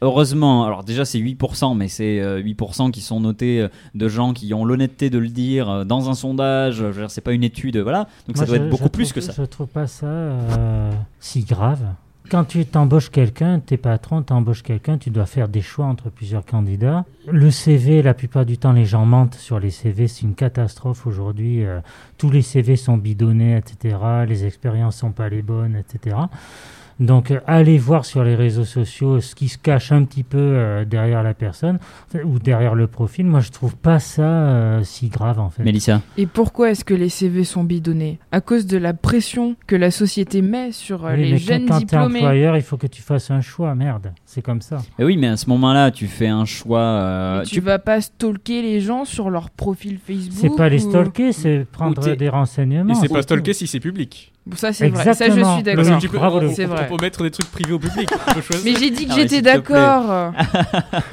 F: Heureusement, alors déjà c'est 8%, mais c'est euh, 8% qui sont notés euh, de gens qui ont l'honnêteté de le dire euh, dans un sondage, euh, je veux dire, c'est pas une étude, euh, voilà, donc
E: Moi,
F: ça doit
E: je-
F: être
E: je
F: beaucoup plus que
E: trouve-
F: ça.
E: Je trouve pas ça euh, si grave. Quand tu t'embauches quelqu'un, tes patrons t'embauchent quelqu'un, tu dois faire des choix entre plusieurs candidats. Le CV, la plupart du temps, les gens mentent sur les CV, c'est une catastrophe aujourd'hui. euh, tous les CV sont bidonnés, etc. Les expériences sont pas les bonnes, etc. Donc, euh, allez voir sur les réseaux sociaux ce qui se cache un petit peu euh, derrière la personne enfin, ou derrière le profil. Moi, je trouve pas ça euh, si grave en fait.
F: Mélissa
H: Et pourquoi est-ce que les CV sont bidonnés À cause de la pression que la société met sur euh,
E: Oui,
H: les
E: mais
H: jeunes
E: quand t'es
H: diplômés.
E: employeur, il faut que tu fasses un choix, merde. C'est comme ça.
F: Eh oui, mais à ce moment-là, tu fais un choix. euh,
H: Et tu vas pas stalker les gens sur leur profil Facebook.
E: C'est pas les
H: ou-
E: stalker, c'est
F: ou
E: prendre
F: t'es-
E: des
I: Et
E: renseignements.
I: c'est pas stalké si c'est public.
H: Bon, Ça c'est vrai. Ça je
E: Exactement.
H: suis
I: Parce
H: d'accord.
I: que
E: Non,
I: tu peux,
E: bravo,
I: on,
E: le
I: on-
H: c'est vrai.
I: on peut mettre des trucs privés au public. on peut choisir.
H: Mais j'ai dit que
F: Ah ouais,
H: j'étais
F: s'il te plaît.
H: d'accord.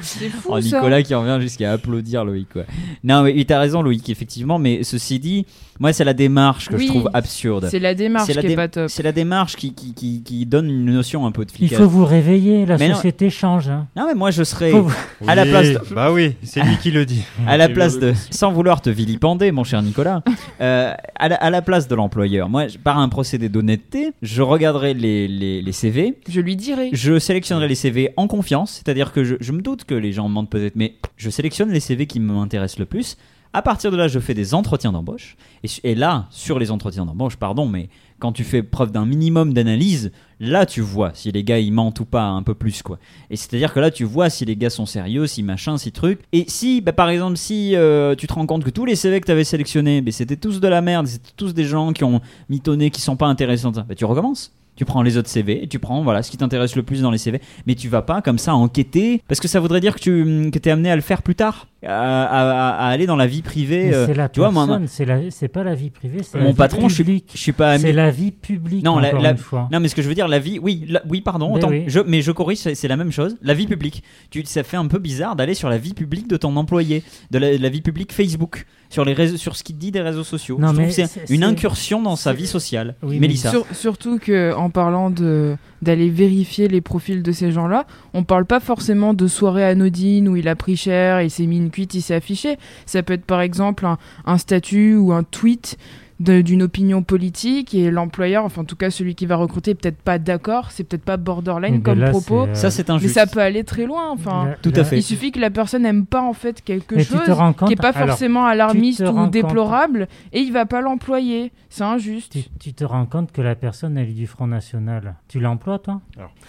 H: c'est fou
F: Oh,
H: ça.
F: Nicolas qui revient jusqu'à applaudir Loïc. ouais. Non, mais t'as raison Loïc, effectivement, mais ceci dit, moi c'est la démarche que
H: Oui,
F: je trouve absurde.
H: C'est la démarche
F: C'est la
H: qui est
F: dé-
H: pas top.
F: C'est la démarche qui, qui, qui, qui donne une notion un peu de
E: Euh, Il
F: flicage.
E: faut vous réveiller, la
F: Mais non.
E: société change. hein.
F: Non, mais moi je serais
E: Faut vous-
F: À la
G: Oui,
F: place de-
G: Bah oui, c'est lui qui le dit.
F: à la
I: Et
F: place de,
I: le-
F: sans vouloir te vilipender, mon cher Nicolas, euh, à, la, à la place de l'employeur, moi je- par un procédé d'honnêteté, je regarderai les, les, les CV,
H: Je lui dirai.
F: je sélectionnerai les CV en confiance, c'est-à-dire que je, je me doute que les gens mentent peut-être, mais je sélectionne les CV qui m'intéressent le plus. À partir de là, je fais des entretiens d'embauche. Et, su- et là, sur les entretiens d'embauche, pardon, mais quand tu fais preuve d'un minimum d'analyse, là tu vois si les gars ils mentent ou pas un peu plus quoi. Et c'est-à-dire que là tu vois si les gars sont sérieux, si machin, si truc. Et si, bah, par exemple, si euh, tu te rends compte que tous les CV que t'avais sélectionnés, bah, c'était tous de la merde, c'était tous des gens qui ont mitonné, qui sont pas intéressants, bah, tu recommences. Tu prends les autres CV et tu prends voilà ce qui t'intéresse le plus dans les CV, mais tu vas pas comme ça enquêter parce que ça voudrait dire que tu mm, que t'es amené à le faire plus tard, à, à- à- à aller dans la vie privée.
E: Mais
F: euh,
E: c'est la
F: tu vois, moi,
E: personne, c'est la- c'est pas la vie privée, c'est
F: Mon
E: la vie
F: patron, suis-
E: publique.
F: je suis pas ami-
E: C'est la vie publique,
F: Non, la-
E: encore
F: la-
E: une fois.
F: Non, mais ce que je veux dire, la vie, oui, la- oui, pardon,
E: Mais
F: autant,
E: Ben oui.
F: Je, mais je corrige, c'est c'est la même chose. La vie publique, tu, ça fait un peu bizarre d'aller sur la vie publique de ton employé, de la, la vie publique Facebook, sur les réseaux, sur ce qu'il dit des réseaux sociaux.
E: Non,
F: je trouve
E: mais
F: que c'est
E: c'est-
F: une
E: c'est-
F: incursion dans sa
E: c'est-
F: vie sociale.
E: Oui, mais
F: Mélissa,
H: Sur- surtout que en parlant de d'aller vérifier les profils de ces gens-là, on parle pas forcément de soirée anodine où il a pris cher, il s'est mis une cuite, il s'est affiché. Ça peut être par exemple un, un statut ou un tweet de- d'une opinion politique et l'employeur, enfin en tout cas celui qui va recruter, est peut-être pas d'accord, c'est peut-être pas borderline
E: Mais
H: comme
E: là,
H: propos,
E: c'est, euh,
F: ça c'est
H: mais
F: injuste.
H: ça peut aller très loin. Enfin,
E: la-
F: tout à
E: la-
F: fait.
H: il suffit que la personne n'aime pas en fait quelque
E: Mais tu
H: chose
E: te rends compte
H: qui est pas
E: alors,
H: forcément alarmiste
E: rends
H: ou
E: compte-
H: déplorable et il va pas l'employer. C'est injuste.
E: tu, tu te rends compte que la personne, elle est du Front National. Tu l'emploies, toi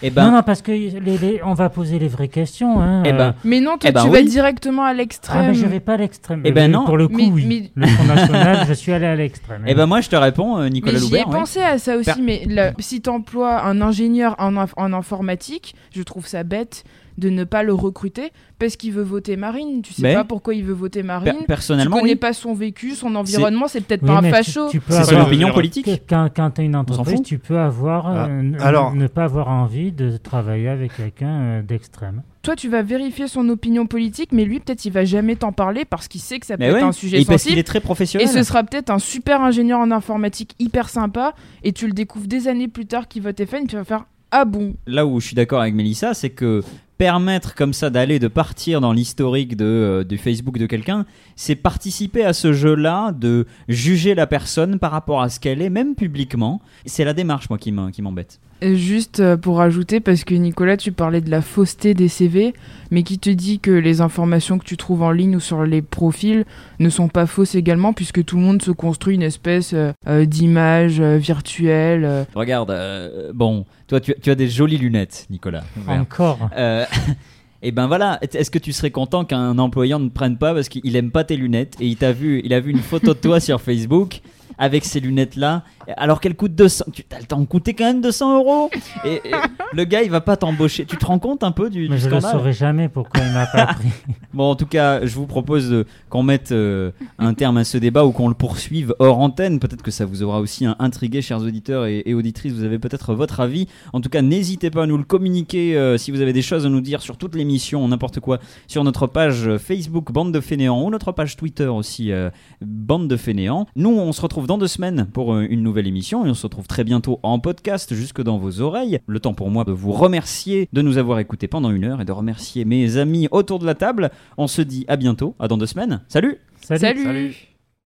F: Eh ben,
E: Non, non, parce que les- les- on va poser les vraies questions. Hein,
F: eh
E: euh,
F: ben,
H: Mais non, toi,
F: Eh ben
H: tu
F: oui.
H: vas directement à
E: Ah,
H: l'extrême.
E: mais je vais pas à l'extrême.
F: Eh ben
E: Oui,
F: non.
E: Pour le coup,
H: Mais-
E: oui.
H: mais-
E: Le Front National, je suis allé à l'extrême.
F: eh ben, moi je te réponds, euh,
H: Mais
F: Nicolas
H: j'y ai
F: Loubert. ouais.
H: pensé à ça aussi,
F: Per-
H: mais la- si t'emploies un ingénieur en, inf- en informatique, je trouve ça bête de ne pas le recruter parce qu'il veut voter Marine. Tu sais
F: Mais-
H: pas pourquoi il veut voter
F: Per-
H: Marine. tu
F: personnellement,
H: connais
F: oui.
H: pas son vécu, son environnement, c'est peut-être
E: Oui,
H: pas un
E: mais tu-
H: facho.
E: tu peux
F: C'est son
E: avoir-
F: opinion
G: Alors,
F: politique.
E: Que- Quand, quand tu as une
F: s'en
E: entreprise,
F: fout.
E: tu peux avoir, euh,
G: Ah,
E: n-
G: alors-
E: ne pas avoir envie de travailler avec quelqu'un euh, d'extrême.
H: Toi, tu vas vérifier son opinion politique, mais lui, peut-être, il va jamais t'en parler parce qu'il sait que ça peut
F: Mais
H: être
F: ouais.
H: un sujet
F: Et parce qu'il
H: sensible.
F: est très professionnel.
H: Et ce sera peut-être un super ingénieur en informatique hyper sympa, et tu le découvres des années plus tard qui vote FN, tu vas faire Ah bon
F: là où je suis d'accord avec Mélissa, c'est que permettre comme ça d'aller, de partir dans l'historique de, euh, du Facebook de quelqu'un, c'est participer à ce jeu-là de juger la personne par rapport à ce qu'elle est, même publiquement. C'est la démarche, moi, qui m'en- qui m'embête.
H: Euh, Juste euh, pour ajouter, parce que Nicolas, tu parlais de la fausseté des CV, mais qui te dit que les informations que tu trouves en ligne ou sur les profils ne sont pas fausses également, puisque tout le monde se construit une espèce euh, euh, d'image euh, virtuelle. euh.
F: Regarde, euh, bon, toi, tu, tu as des jolies lunettes, Nicolas.
E: Encore.
F: Euh, et ben voilà, est-ce que tu serais content qu'un employeur ne prenne pas parce qu'il aime pas tes lunettes et il t'a vu, il a vu une photo de toi sur Facebook avec ces lunettes là, alors qu'elles coûtent 200, tu t'as le temps de coûter quand même 200 euros et, et le gars il va pas t'embaucher. Tu te rends compte un peu du,
E: Mais
F: du
E: je ne
F: scandale
E: saurais jamais pourquoi il m'a pas pris.
F: Bon, en tout cas, je vous propose de- qu'on mette euh, un terme à ce débat ou qu'on le poursuive hors antenne. Peut-être que ça vous aura aussi hein, intrigué, chers auditeurs et, et auditrices. Vous avez peut-être votre avis. En tout cas, n'hésitez pas à nous le communiquer euh, si vous avez des choses à nous dire sur toute l'émission, n'importe quoi, sur notre page euh, Facebook Bande de Fainéants ou notre page Twitter aussi euh, Bande de Fainéants. Nous, on se retrouve dans deux semaines pour euh, une nouvelle émission et on se retrouve très bientôt en podcast jusque dans vos oreilles. Le temps pour moi de vous remercier de nous avoir écoutés pendant une heure et de remercier mes amis autour de la table. On se dit à bientôt, à dans deux semaines. Salut
H: Salut.
G: Salut.